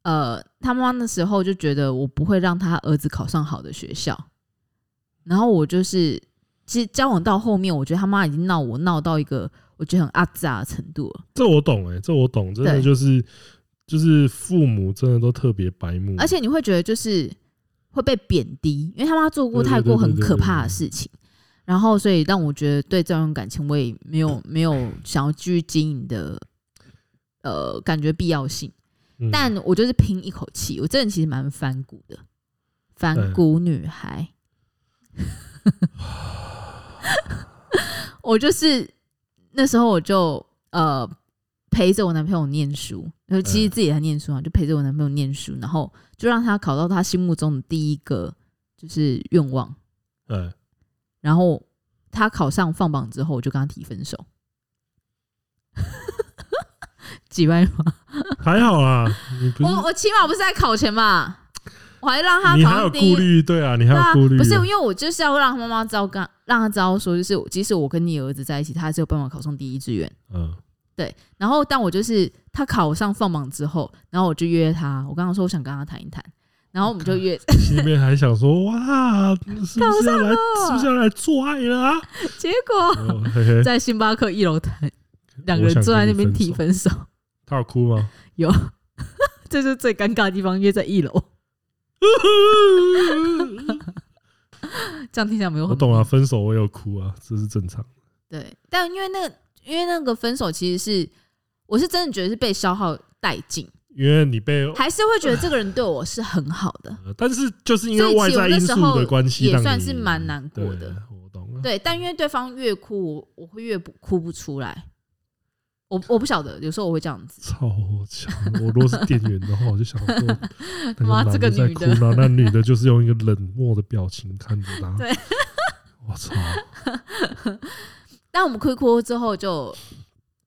[SPEAKER 3] 呃，他妈妈那时候就觉得我不会让他儿子考上好的学校，然后我就是其实交往到后面，我觉得他妈已经闹我闹到一个我觉得很阿杂的程度了，
[SPEAKER 2] 这我懂哎、这我懂，真的
[SPEAKER 3] 对
[SPEAKER 2] 就是就是父母真的都特别白目，
[SPEAKER 3] 而且你会觉得就是会被贬低，因为他妈做过
[SPEAKER 2] 对对
[SPEAKER 3] 太过
[SPEAKER 2] 对对
[SPEAKER 3] 很
[SPEAKER 2] 对
[SPEAKER 3] 可
[SPEAKER 2] 对
[SPEAKER 3] 怕的
[SPEAKER 2] 对
[SPEAKER 3] 事情，然后所以让我觉得对这段感情我也没有没有想要继续经营的呃感觉必要性，
[SPEAKER 2] 嗯
[SPEAKER 3] 但我就是拼一口气，我这人其实蛮反骨的，反
[SPEAKER 2] 对
[SPEAKER 3] 骨女孩， 我就是那时候我就呃陪着我男朋友念书，然后其
[SPEAKER 2] 嗯
[SPEAKER 3] 实自己也在念书啊，就陪着我男朋友念书，然后就让他考到他心目中的第一个就是愿望，
[SPEAKER 2] 哎，
[SPEAKER 3] 然后他考上放榜之后，我就跟他提分手。 几万吗？
[SPEAKER 2] 还好啊，你不是
[SPEAKER 3] 我我起码不是在考前吧，我还让他
[SPEAKER 2] 你
[SPEAKER 3] 考
[SPEAKER 2] 还有
[SPEAKER 3] 上第一
[SPEAKER 2] 顾。虑，对啊，你还
[SPEAKER 3] 对
[SPEAKER 2] 有
[SPEAKER 3] 啊，
[SPEAKER 2] 顾虑，
[SPEAKER 3] 不是因为我就是要让他妈妈知道，跟让他知道说，就是即使我跟你儿子在一起，他还是有办法考上第一志愿。
[SPEAKER 2] 嗯，
[SPEAKER 3] 然后，但我就是他考上放榜之后，然后我就约他，我刚刚说我想跟他谈一谈，然后我们就约，
[SPEAKER 2] 心里面还想说哇，是不是要来，是不是要来做爱 了啊？
[SPEAKER 3] 结果
[SPEAKER 2] 哦嘿嘿，
[SPEAKER 3] 在星巴克一 楼谈，两个人坐在那边提分手，
[SPEAKER 2] 他有哭吗？
[SPEAKER 3] 这就是最尴尬的地方，约在一楼，这样听起来没有
[SPEAKER 2] 我
[SPEAKER 3] 很
[SPEAKER 2] 懂啊，分手我也有哭啊，这是正常。
[SPEAKER 3] 对，但因为那个因为那个分手其实是我是真的觉得是被消耗殆尽，
[SPEAKER 2] 因为你被，
[SPEAKER 3] 还是会觉得这个人对我是很好的。
[SPEAKER 2] 呃但是就是因
[SPEAKER 3] 所以
[SPEAKER 2] 为外
[SPEAKER 3] 其实我
[SPEAKER 2] 在
[SPEAKER 3] 那
[SPEAKER 2] 因
[SPEAKER 3] 时
[SPEAKER 2] 素
[SPEAKER 3] 候
[SPEAKER 2] 的关系，
[SPEAKER 3] 也
[SPEAKER 2] 让
[SPEAKER 3] 算
[SPEAKER 2] 你
[SPEAKER 3] 是蛮难过的
[SPEAKER 2] 对我懂啊，
[SPEAKER 3] 对，但因为对方越哭，我我会越不哭不出来。我我不晓得，有时候我会这样子。
[SPEAKER 2] 超强！我如果是店员的话，我就 想说，
[SPEAKER 3] 妈
[SPEAKER 2] 那
[SPEAKER 3] 这
[SPEAKER 2] 男
[SPEAKER 3] 个
[SPEAKER 2] 的在
[SPEAKER 3] 女
[SPEAKER 2] 哭，
[SPEAKER 3] 的
[SPEAKER 2] 然后那女的就是用一个冷漠的表情看着他。
[SPEAKER 3] 对，
[SPEAKER 2] 我操！
[SPEAKER 3] 但我们哭一哭之后就，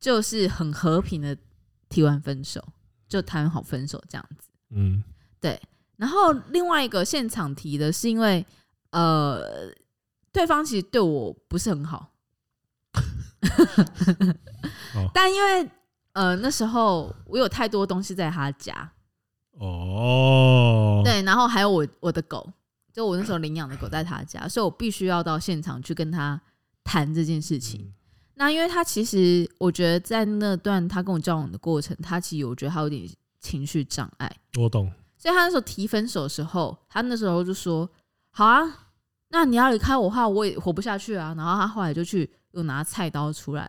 [SPEAKER 3] 就是很和平的提完分手，就谈好分手这样子。
[SPEAKER 2] 嗯，
[SPEAKER 3] 然后另外一个现场提的是因为，呃，对方其实对我不是很好
[SPEAKER 2] 哦，
[SPEAKER 3] 但因为呃那时候我有太多东西在他家，
[SPEAKER 2] 哦，
[SPEAKER 3] 对，然后还有我我的狗，就我那时候领养的狗在他家，所以我必须要到现场去跟他谈这件事情。
[SPEAKER 2] 嗯
[SPEAKER 3] 那因为他其实，我觉得在那段他跟我交往的过程，他其实我觉得他有点情绪障碍，
[SPEAKER 2] 我懂。
[SPEAKER 3] 所以他那时候提分手的时候，他那时候就说：“好啊，那你要离开我的话，我也活不下去啊。”然后他后来就去又拿菜刀出来，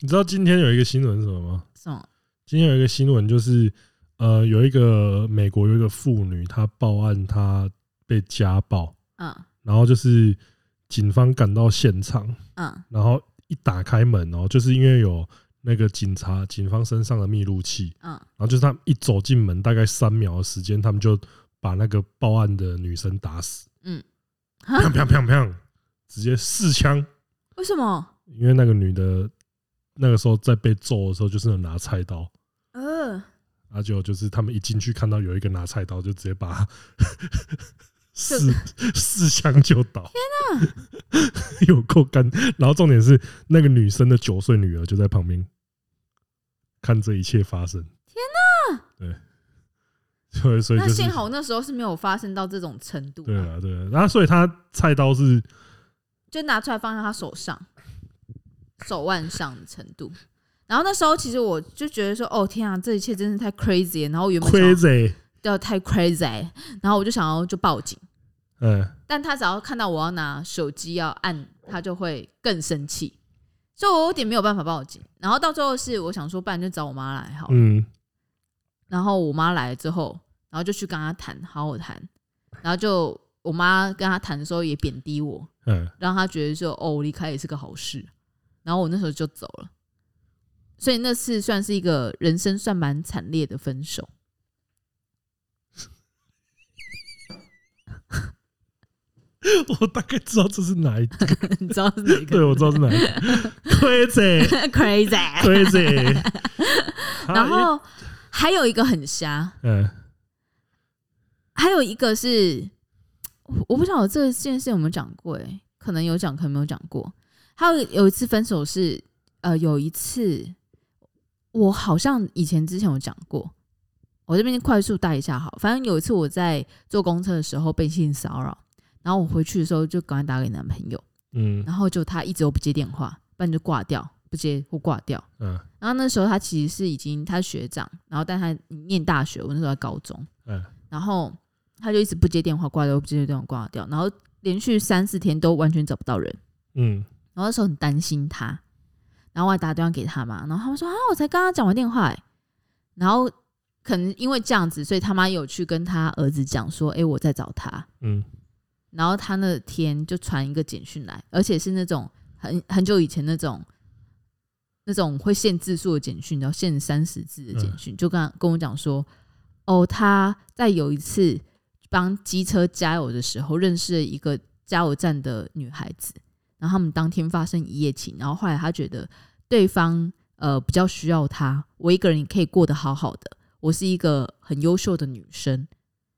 [SPEAKER 2] 你知道今天有一个新闻是什么吗？
[SPEAKER 3] 什么？
[SPEAKER 2] 今天有一个新闻就是，呃，有一个美国有一个妇女，她报案她被家暴，
[SPEAKER 3] 嗯
[SPEAKER 2] 然后就是警方赶到现场，
[SPEAKER 3] 嗯
[SPEAKER 2] 然后一打开门哦，就是因为有那个警察警方身上的密录器，
[SPEAKER 3] 嗯，
[SPEAKER 2] 然后就是他们一走进门，大概三秒的时间，他们就把那个报案的女生打死，
[SPEAKER 3] 嗯啊
[SPEAKER 2] 砰砰砰砰，直接四枪，
[SPEAKER 3] 为什么？
[SPEAKER 2] 因为那个女的那个时候在被揍的时候，就是有拿菜刀，
[SPEAKER 3] 呃，
[SPEAKER 2] 阿九就是他们一进去看到有一个拿菜刀，就直接 把四四箱就倒，天哪， 有够干！然后重点是那个女生的九岁女儿就在旁边看这一切发生，天哪，对，所以所以
[SPEAKER 3] 那
[SPEAKER 2] 就是
[SPEAKER 3] 幸好那时候是没有发生到这种程度、
[SPEAKER 2] 对，啊对啊，然后所以他菜刀是
[SPEAKER 3] 就拿出来放在他手上、手腕上的程度。然后那时候其实我就觉得说，哦天啊，这一切真是太 crazy 了。然后我原本想要
[SPEAKER 2] crazy，
[SPEAKER 3] 要太 crazy，然后我就想要就报警。
[SPEAKER 2] 嗯，
[SPEAKER 3] 但他只要看到我要拿手机要按，他就会更生气，所以我有点没有办法报警。然后到最后是我想说，不然就找我妈来好了。
[SPEAKER 2] 嗯，
[SPEAKER 3] 然后我妈来了之后，然后就去跟她谈，好好谈。然后就我妈跟她谈的时候也贬低我，
[SPEAKER 2] 嗯，
[SPEAKER 3] 让她觉得说哦，我离开也是个好事。然后我那时候就走了，所以那次算是一个人生算蛮惨烈的分手。
[SPEAKER 2] 我大概知道这是哪一个，
[SPEAKER 3] 你知道是哪一
[SPEAKER 2] 对
[SPEAKER 3] 个
[SPEAKER 2] 我知道是哪一个 crazy 啊
[SPEAKER 3] ？Crazy。
[SPEAKER 2] crazy，
[SPEAKER 3] 然后还有一个很瞎，
[SPEAKER 2] 嗯
[SPEAKER 3] 还有一个是，我我不晓得这件事有没有讲过、欸，可能有讲，可能没有讲过。还有有一次分手是，呃，有一次我好像以前之前有讲过，我这边快速带一下好。反正有一次我在坐公车的时候被性骚扰，然后我回去的时候就赶快打给男朋友，
[SPEAKER 2] 嗯
[SPEAKER 3] 然后就他一直都不接电话，不然就挂掉，不接或挂掉。
[SPEAKER 2] 嗯
[SPEAKER 3] 然后那时候他其实是已经他是学长，然后但他念大学，我那时候在高中，
[SPEAKER 2] 嗯
[SPEAKER 3] 然后他就一直不接电话，挂掉，不接电话挂掉，然后连续三四天都完全找不到人，
[SPEAKER 2] 嗯
[SPEAKER 3] 然后那时候很担心他，然后我还打电话给他嘛，然后他们说啊，我才刚刚讲完电话、欸，然后可能因为这样子，所以他妈有去跟他儿子讲说，哎、我在找他，
[SPEAKER 2] 嗯
[SPEAKER 3] 然后他那天就传一个简讯来，而且是那种很很久以前那种那种会限字数的简讯，然后限三十字的简讯，就跟他跟我讲说，哦，他在有一次帮机车加油的时候，认识了一个加油站的女孩子，然后他们当天发生一夜情，然后后来他觉得对方呃比较需要他，我一个人也可以过得好好的，我是一个很优秀的女生，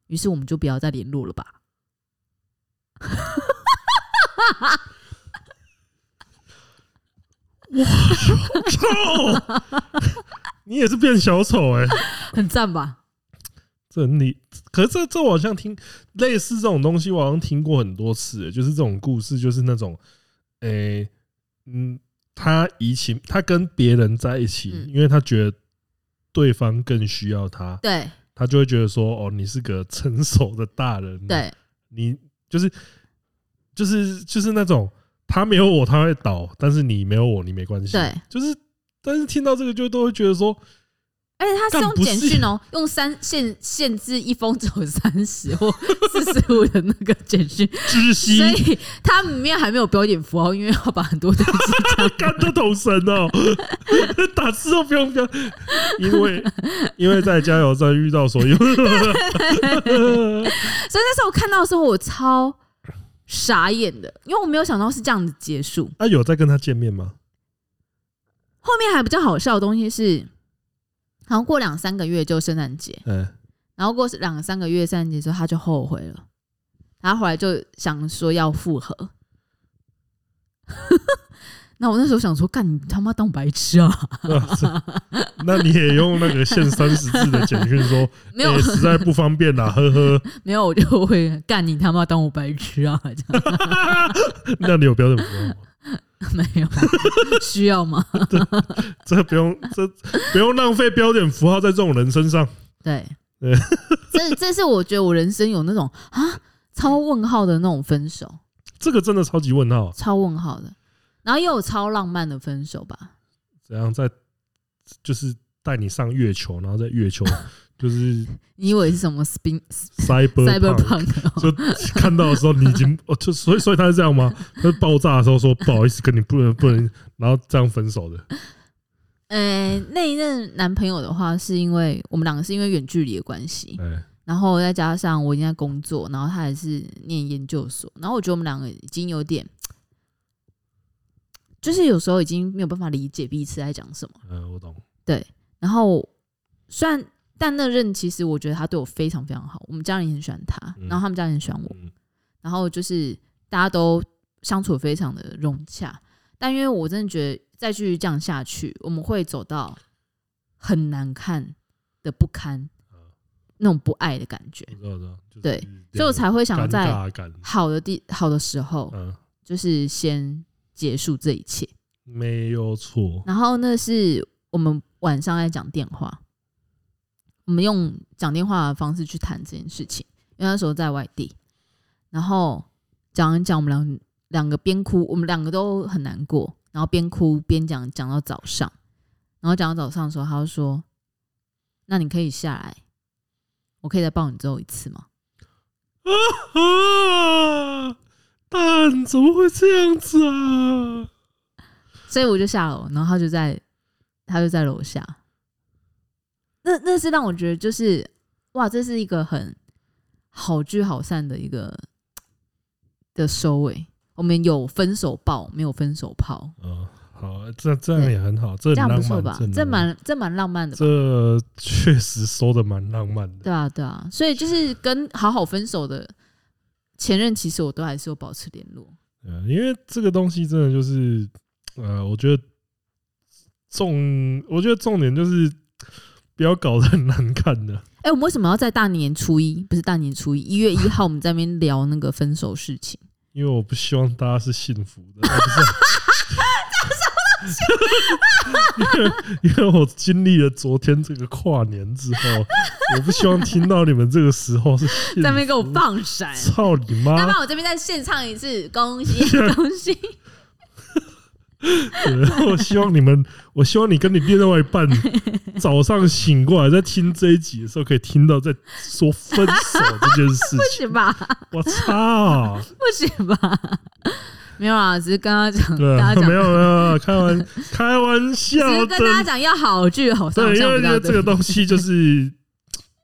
[SPEAKER 3] 于是我们就不要再联络了吧。
[SPEAKER 2] 臭， 你也是变小丑哎、
[SPEAKER 3] 很赞吧？
[SPEAKER 2] 这你可是这这我好像听类似这种东西，我好像听过很多次欸、就是这种故事，就是那种，诶、嗯，他移情，他跟别人在一起，
[SPEAKER 3] 嗯
[SPEAKER 2] 因为他觉得对方更需要他，
[SPEAKER 3] 对
[SPEAKER 2] 他就会觉得说，哦，你是个成熟的大人，，
[SPEAKER 3] 对
[SPEAKER 2] 你就是就是就是那种他没有我他会倒，但是你没有我你没关系，
[SPEAKER 3] 对，，
[SPEAKER 2] 就是但是听到这个就都会觉得说，
[SPEAKER 3] 而且他是
[SPEAKER 2] 干
[SPEAKER 3] 用
[SPEAKER 2] 不
[SPEAKER 3] 简
[SPEAKER 2] 是
[SPEAKER 3] 讯哦、用三限限制一封只有三十 或四十五的那个简讯，
[SPEAKER 2] 知悉
[SPEAKER 3] 所以它里面还没有标点符号，因为要把很多 东西讲
[SPEAKER 2] 干都头神哦， 打字都不用不用，因为因为在加油站遇到所有，
[SPEAKER 3] 所以那时候我看到的时候，我超傻眼的，因为我没有想到是这样子结束。
[SPEAKER 2] 啊有在跟他见面吗？
[SPEAKER 3] 后面还比较好笑的东西是，好像过两三个月就圣诞节，
[SPEAKER 2] 嗯
[SPEAKER 3] 然后过两三个月圣诞节之后，他就后悔了，然后后来就想说要复合。 那我那时候想说，干你他妈当我白痴 啊！
[SPEAKER 2] 那你也用那个限三十字的简讯说，
[SPEAKER 3] 没有、
[SPEAKER 2] 欸实在不方便啦，呵呵。
[SPEAKER 3] 没有，我就会干你他妈当我白痴啊！这样
[SPEAKER 2] 那你有标准符号吗？
[SPEAKER 3] 没有需要吗？
[SPEAKER 2] 这不用，这不用浪费标点符号在这种人身上。
[SPEAKER 3] 对
[SPEAKER 2] 对，
[SPEAKER 3] 这这是我觉得我人生有那种啊超问号的那种分手，
[SPEAKER 2] 这个真的超级问号，
[SPEAKER 3] 超问号的，然后也有超浪漫的分手吧。
[SPEAKER 2] 怎样在就是带你上月球，然后在月球就是
[SPEAKER 3] 你以为是什么 spin
[SPEAKER 2] cyberpunk
[SPEAKER 3] cyberpunk？哦
[SPEAKER 2] 就看到的时候，你已经哦，就所以所以他是这样吗？他是爆炸的时候说不好意思，跟你不能不能，然后这样分手的。
[SPEAKER 3] 呃，那一任男朋友的话，是因为我们两个是因为远距离的关系，
[SPEAKER 2] 哎，
[SPEAKER 3] 然后再加上我已经在工作，然后他还是念研究所，然后我觉得我们两个已经有点，就是有时候已经没有办法理解彼此在讲什么。
[SPEAKER 2] 嗯，我懂。
[SPEAKER 3] 然后虽然但那任其实我觉得他对我非常非常好，我们家人也很喜欢他，
[SPEAKER 2] 嗯
[SPEAKER 3] 然后他们家人很喜欢我，
[SPEAKER 2] 嗯
[SPEAKER 3] 然后就是大家都相处得非常的融洽。但因为我真的觉得再继续这样下去，我们会走到很难看的不堪
[SPEAKER 2] 啊，
[SPEAKER 3] 那种不爱的感觉，
[SPEAKER 2] 我知道，我知道，就是
[SPEAKER 3] 对
[SPEAKER 2] 这样
[SPEAKER 3] 所以我才会想
[SPEAKER 2] 尴
[SPEAKER 3] 在
[SPEAKER 2] 尬感，
[SPEAKER 3] 好的地好的时候，
[SPEAKER 2] 嗯，
[SPEAKER 3] 就是先结束这一切。
[SPEAKER 2] 没有错，
[SPEAKER 3] 然后那是我们晚上在讲电话，我们用讲电话的方式去谈这件事情，因为那时候在外地，然后讲一讲，我们两两个边哭，我们两个都很难过，然后边哭边讲，讲到早上，然后讲到早上的时候，他就说：“那你可以下来，我可以再抱你最后一次吗
[SPEAKER 2] 啊！蛋怎么会这样子啊？？”
[SPEAKER 3] 所以我就下楼，然后他就在他就在楼下，那那是让我觉得就是哇，这是一个很好聚好散的一个的收尾。我们有分手抱，没有分手炮，
[SPEAKER 2] 啊，好，这这样也很好，这
[SPEAKER 3] 这
[SPEAKER 2] 很
[SPEAKER 3] 样不
[SPEAKER 2] 浪
[SPEAKER 3] 错
[SPEAKER 2] 漫
[SPEAKER 3] 吧？
[SPEAKER 2] 很
[SPEAKER 3] 这
[SPEAKER 2] 浪漫
[SPEAKER 3] 蛮这蛮浪漫的吧，
[SPEAKER 2] 这确实收的蛮浪漫的。
[SPEAKER 3] 对啊对啊。所以就是跟好好分手的前任，其实我都还是有保持联络。
[SPEAKER 2] 呃，因为这个东西真的就是，呃，我觉得重，我觉得重点就是不要搞得很难看的。
[SPEAKER 3] 哎、我们为什么要在大年初一？不是大年初一，一月一号我们在那边聊那个分手事情。
[SPEAKER 2] 因为我不希望大家是幸福 的，啊、不是？ 因为因为我经历了昨天这个跨年之后，我不希望听到你们这个时候是幸福
[SPEAKER 3] 在那边给我放闪。
[SPEAKER 2] 操你
[SPEAKER 3] 那
[SPEAKER 2] 妈
[SPEAKER 3] 不！然我这边再献唱一次，恭喜恭喜！
[SPEAKER 2] 对我希望你们，我希望你跟你另外一半早上醒过来，在听这一集的时候，可以听到在说分手这件事
[SPEAKER 3] 不
[SPEAKER 2] 情。
[SPEAKER 3] 行吧？
[SPEAKER 2] 我操！
[SPEAKER 3] 不行吧？没有啊，只是跟他讲，
[SPEAKER 2] 对
[SPEAKER 3] 大
[SPEAKER 2] 啊，
[SPEAKER 3] 家讲，
[SPEAKER 2] 没有了，开玩开玩
[SPEAKER 3] 只
[SPEAKER 2] 笑
[SPEAKER 3] 是
[SPEAKER 2] 的
[SPEAKER 3] 跟大家讲要好聚好散，好
[SPEAKER 2] 对，因
[SPEAKER 3] 像
[SPEAKER 2] 为
[SPEAKER 3] 不
[SPEAKER 2] 觉
[SPEAKER 3] 大
[SPEAKER 2] 得这个
[SPEAKER 3] 对。
[SPEAKER 2] 东西就是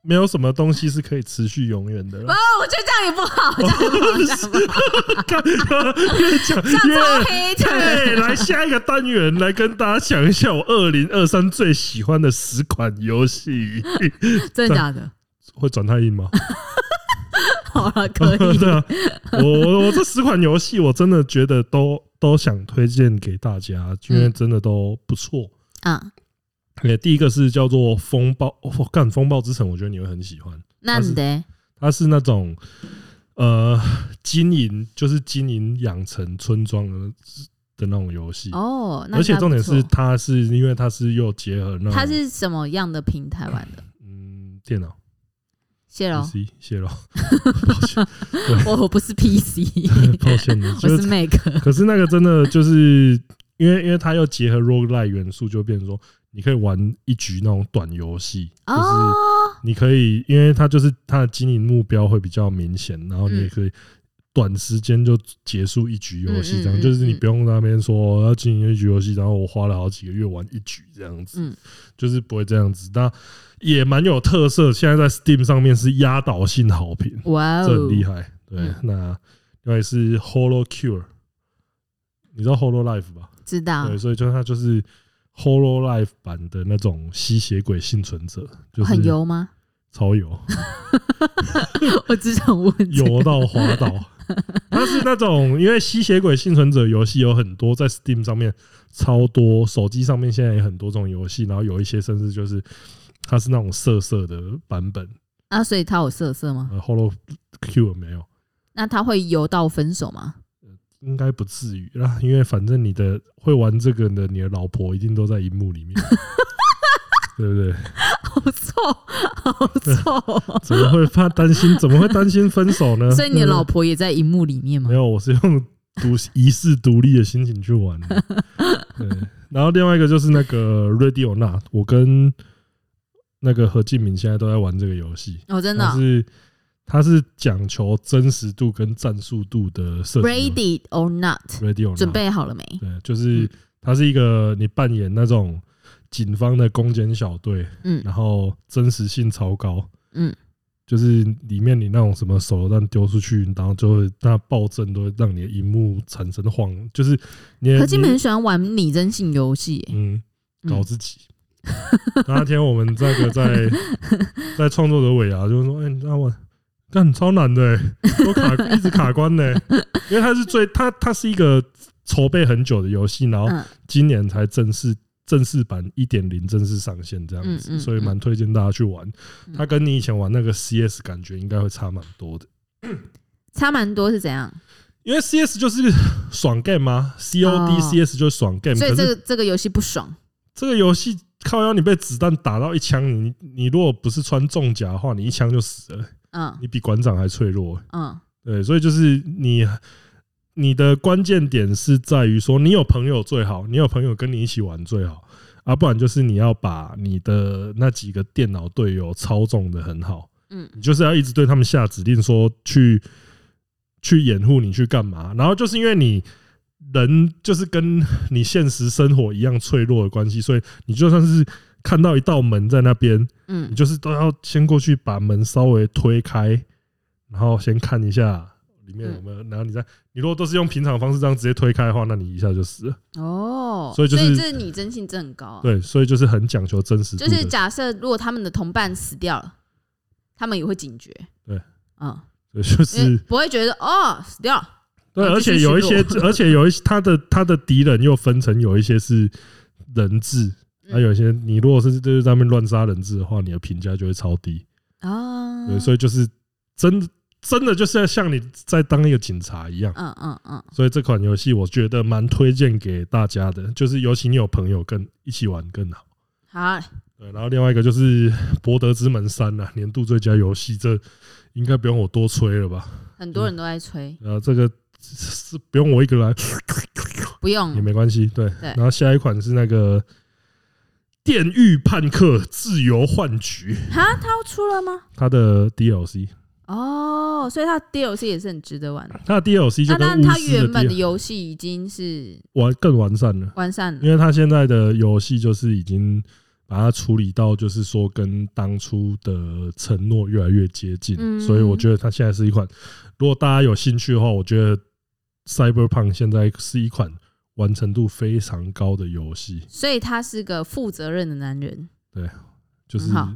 [SPEAKER 2] 没有什么东西是可以持续永远的
[SPEAKER 3] 哦
[SPEAKER 2] 啦。，
[SPEAKER 3] 我觉得这样也不好，这样也不 好，这样不好
[SPEAKER 2] 看越讲
[SPEAKER 3] 这样超
[SPEAKER 2] 越。
[SPEAKER 3] 黑的。
[SPEAKER 2] 对，来下一个单元，来跟大家讲一下我二零二三最喜欢的十款游戏。
[SPEAKER 3] 真的假的？
[SPEAKER 2] 会转太硬吗？
[SPEAKER 3] 好了，可以。
[SPEAKER 2] 对啊，我我这十款游戏我真的觉得都都想推荐给大家，因为
[SPEAKER 3] 嗯
[SPEAKER 2] 真的都不错。
[SPEAKER 3] 啊，
[SPEAKER 2] 呃，第一个是叫做《风暴》，我干《风暴之城》，我觉得你会很喜欢。
[SPEAKER 3] 那你得
[SPEAKER 2] 它是那种呃经营，就是经营养成村庄的的那种游戏。
[SPEAKER 3] 哦，那
[SPEAKER 2] 而且
[SPEAKER 3] 应该
[SPEAKER 2] 重点
[SPEAKER 3] 不错
[SPEAKER 2] 是，嗯它是因为它是又结合那种
[SPEAKER 3] 它是什么样的平台玩的？
[SPEAKER 2] 嗯电脑
[SPEAKER 3] 谢喽，
[SPEAKER 2] PC 泄露，
[SPEAKER 3] 我我不是 PC，
[SPEAKER 2] 抱歉你
[SPEAKER 3] 我
[SPEAKER 2] 就是是
[SPEAKER 3] Mac。
[SPEAKER 2] 可是那个真的就是因为因为它又结合 roguelike 元素，就变成说你可以玩一局那种短游戏，就是
[SPEAKER 3] 哦，
[SPEAKER 2] 你可以，因为它就是它的经营目标会比较明显，然后你也可以短时间就结束一局游戏，这
[SPEAKER 3] 嗯嗯
[SPEAKER 2] 样
[SPEAKER 3] 嗯
[SPEAKER 2] 就是你不用在那边说我要经营一局游戏，然后我花了好几个月玩一局这样子，
[SPEAKER 3] 嗯
[SPEAKER 2] 就是不会这样子。那也蛮有特色，现在在 Steam 上面是压倒性好评，
[SPEAKER 3] 哇
[SPEAKER 2] 这
[SPEAKER 3] 哦，
[SPEAKER 2] 很厉害。对
[SPEAKER 3] 嗯，
[SPEAKER 2] 那另外是 Holo Cure，你知道 Holo Life 吧？
[SPEAKER 3] 知道
[SPEAKER 2] 对，所以就它就是 Holo Life 版的那种吸血鬼幸存者，就是
[SPEAKER 3] 哦很油吗？
[SPEAKER 2] 超油。
[SPEAKER 3] 我只想问这个
[SPEAKER 2] 游到滑倒。它是那种，因为吸血鬼幸存者游戏有很多，在 Steam 上面超多，手机上面现在也很多这种游戏，然后有一些甚至就是它是那种色色的版本，
[SPEAKER 3] 啊，所以他有色色吗？
[SPEAKER 2] 呃，Holo Q 没有，
[SPEAKER 3] 那他会游到分手吗？
[SPEAKER 2] 应该不至于啦，因为反正你的会玩这个的，你的老婆一定都在荧幕 里面，对不对？
[SPEAKER 3] 好臭，好臭！
[SPEAKER 2] 怎么会怕担心？怎么会担心分手呢？
[SPEAKER 3] 所以你的老婆也在荧幕里面吗
[SPEAKER 2] 没？有，我是用独 一世独立的心情去玩的。对，然后另外一个就是那个 Radio 娜，我跟那个何敬明现在都在玩这个游戏，
[SPEAKER 3] 哦，真的
[SPEAKER 2] 它
[SPEAKER 3] 哦
[SPEAKER 2] 是它是讲求真实度跟战术度的设计。
[SPEAKER 3] ，ready or not，
[SPEAKER 2] Radio 娜
[SPEAKER 3] 准备好了没？
[SPEAKER 2] 嗯对，就是
[SPEAKER 3] 嗯
[SPEAKER 2] 它是一个你扮演那种警方的攻坚小队，
[SPEAKER 3] 嗯
[SPEAKER 2] 然后真实性超高。
[SPEAKER 3] 嗯，
[SPEAKER 2] 就是里面你那种什么手榴弹丢出去，然后就会那暴震都会让你的荧幕产生晃，就是你的
[SPEAKER 3] 何金
[SPEAKER 2] 你
[SPEAKER 3] 本很喜欢玩拟真性游戏耶，
[SPEAKER 2] 嗯
[SPEAKER 3] 嗯
[SPEAKER 2] 搞自己， 那天我们这个 在在创作者尾牙，就是说，哎、你知道我干超难的、欸，我卡一直卡关 呢、因为它是最它它是一个筹备很久的游戏，然后
[SPEAKER 3] 嗯
[SPEAKER 2] 今年才正式正式版一点零正式上线这样
[SPEAKER 3] 嗯嗯嗯
[SPEAKER 2] 子，所以蛮推荐大家去玩。它跟你以前玩那个 CS 感觉应该会差蛮多的，
[SPEAKER 3] 差蛮多是怎样？
[SPEAKER 2] 因为 CS 就是 爽 game 啊嘛
[SPEAKER 3] 哦
[SPEAKER 2] ，COD CS 就是爽 game，
[SPEAKER 3] 所
[SPEAKER 2] 可
[SPEAKER 3] 以这
[SPEAKER 2] 是
[SPEAKER 3] 个这个游戏不爽
[SPEAKER 2] 这个游戏靠腰你被子弹打到一枪，你你如果不是穿重甲的话，你一枪就死了，
[SPEAKER 3] 嗯
[SPEAKER 2] 你比馆长还脆弱。
[SPEAKER 3] 嗯
[SPEAKER 2] 对，所以就是你你的关键点是在于说，你有朋友最好，你有朋友跟你一起玩最好，啊，不然就是你要把你的那几个电脑队友操纵的很好，
[SPEAKER 3] 嗯
[SPEAKER 2] 你就是要一直对他们下指令说去去掩护你去干嘛，然后就是因为你。人就是跟你现实生活一样脆弱的关系，所以你就算是看到一道门在那边，你
[SPEAKER 3] 嗯
[SPEAKER 2] 就是都要先过去把门稍微推开，然后先看一下里面有没有，然后你
[SPEAKER 3] 嗯
[SPEAKER 2] 再你如果都是用平常方式这样直接推开的话，那你一下就死了。
[SPEAKER 3] 哦，
[SPEAKER 2] 嗯所以就是
[SPEAKER 3] 这是你真性真很高、啊，，
[SPEAKER 2] 对，所以就是很讲求真实度
[SPEAKER 3] 就是
[SPEAKER 2] 的，
[SPEAKER 3] 假设如果他们的同伴死掉了，他们也会警觉，
[SPEAKER 2] 对，
[SPEAKER 3] 嗯，
[SPEAKER 2] 对就
[SPEAKER 3] 因为
[SPEAKER 2] 是
[SPEAKER 3] 不会觉得哦死掉了，
[SPEAKER 2] 对，
[SPEAKER 3] 你
[SPEAKER 2] 而
[SPEAKER 3] 必须
[SPEAKER 2] 且有一
[SPEAKER 3] 去
[SPEAKER 2] 些， 而且有一些他的他的敌人又分成有一些是人质，
[SPEAKER 3] 嗯
[SPEAKER 2] 还有一些你如果是就是在那边乱杀人质的话，你的评价就会超低。
[SPEAKER 3] 啊，
[SPEAKER 2] 对，所以就是真的真的就是要像你在当一个警察一样。
[SPEAKER 3] 嗯嗯嗯
[SPEAKER 2] 所以这款游戏我觉得蛮推荐给大家的，就是尤其你有朋友跟一起玩更好。
[SPEAKER 3] 好，
[SPEAKER 2] 对，然后另外一个就是《博德之门三》啊，年度最佳游戏，这应该不用我多吹了吧？
[SPEAKER 3] 很多人都在吹，
[SPEAKER 2] 呃，这个是不用我一个人
[SPEAKER 3] 不用
[SPEAKER 2] 也没关系。对，
[SPEAKER 3] 对
[SPEAKER 2] 然后下一款是那个《电狱判客：自由幻局》，
[SPEAKER 3] 哈，他要出了吗？
[SPEAKER 2] 它的 DLC，
[SPEAKER 3] 哦，所以他 DLC 也是很值得玩的。
[SPEAKER 2] 它的 DLC 就
[SPEAKER 3] 啊
[SPEAKER 2] 跟
[SPEAKER 3] 那但
[SPEAKER 2] 巫
[SPEAKER 3] 他
[SPEAKER 2] 师
[SPEAKER 3] 原
[SPEAKER 2] 的
[SPEAKER 3] 本的
[SPEAKER 2] DLC
[SPEAKER 3] 游戏已经是
[SPEAKER 2] 完更完善了。
[SPEAKER 3] 完善了
[SPEAKER 2] 因为他现在的游戏就是已经把它处理到，就是说跟当初的承诺越来越接近，
[SPEAKER 3] 嗯
[SPEAKER 2] 所以我觉得它现在是一款，如果大家有兴趣的话，我觉得 Cyberpunk 现在是一款完成度非常高的游戏，
[SPEAKER 3] 所以他是个负责任的男人。
[SPEAKER 2] 就是
[SPEAKER 3] 很好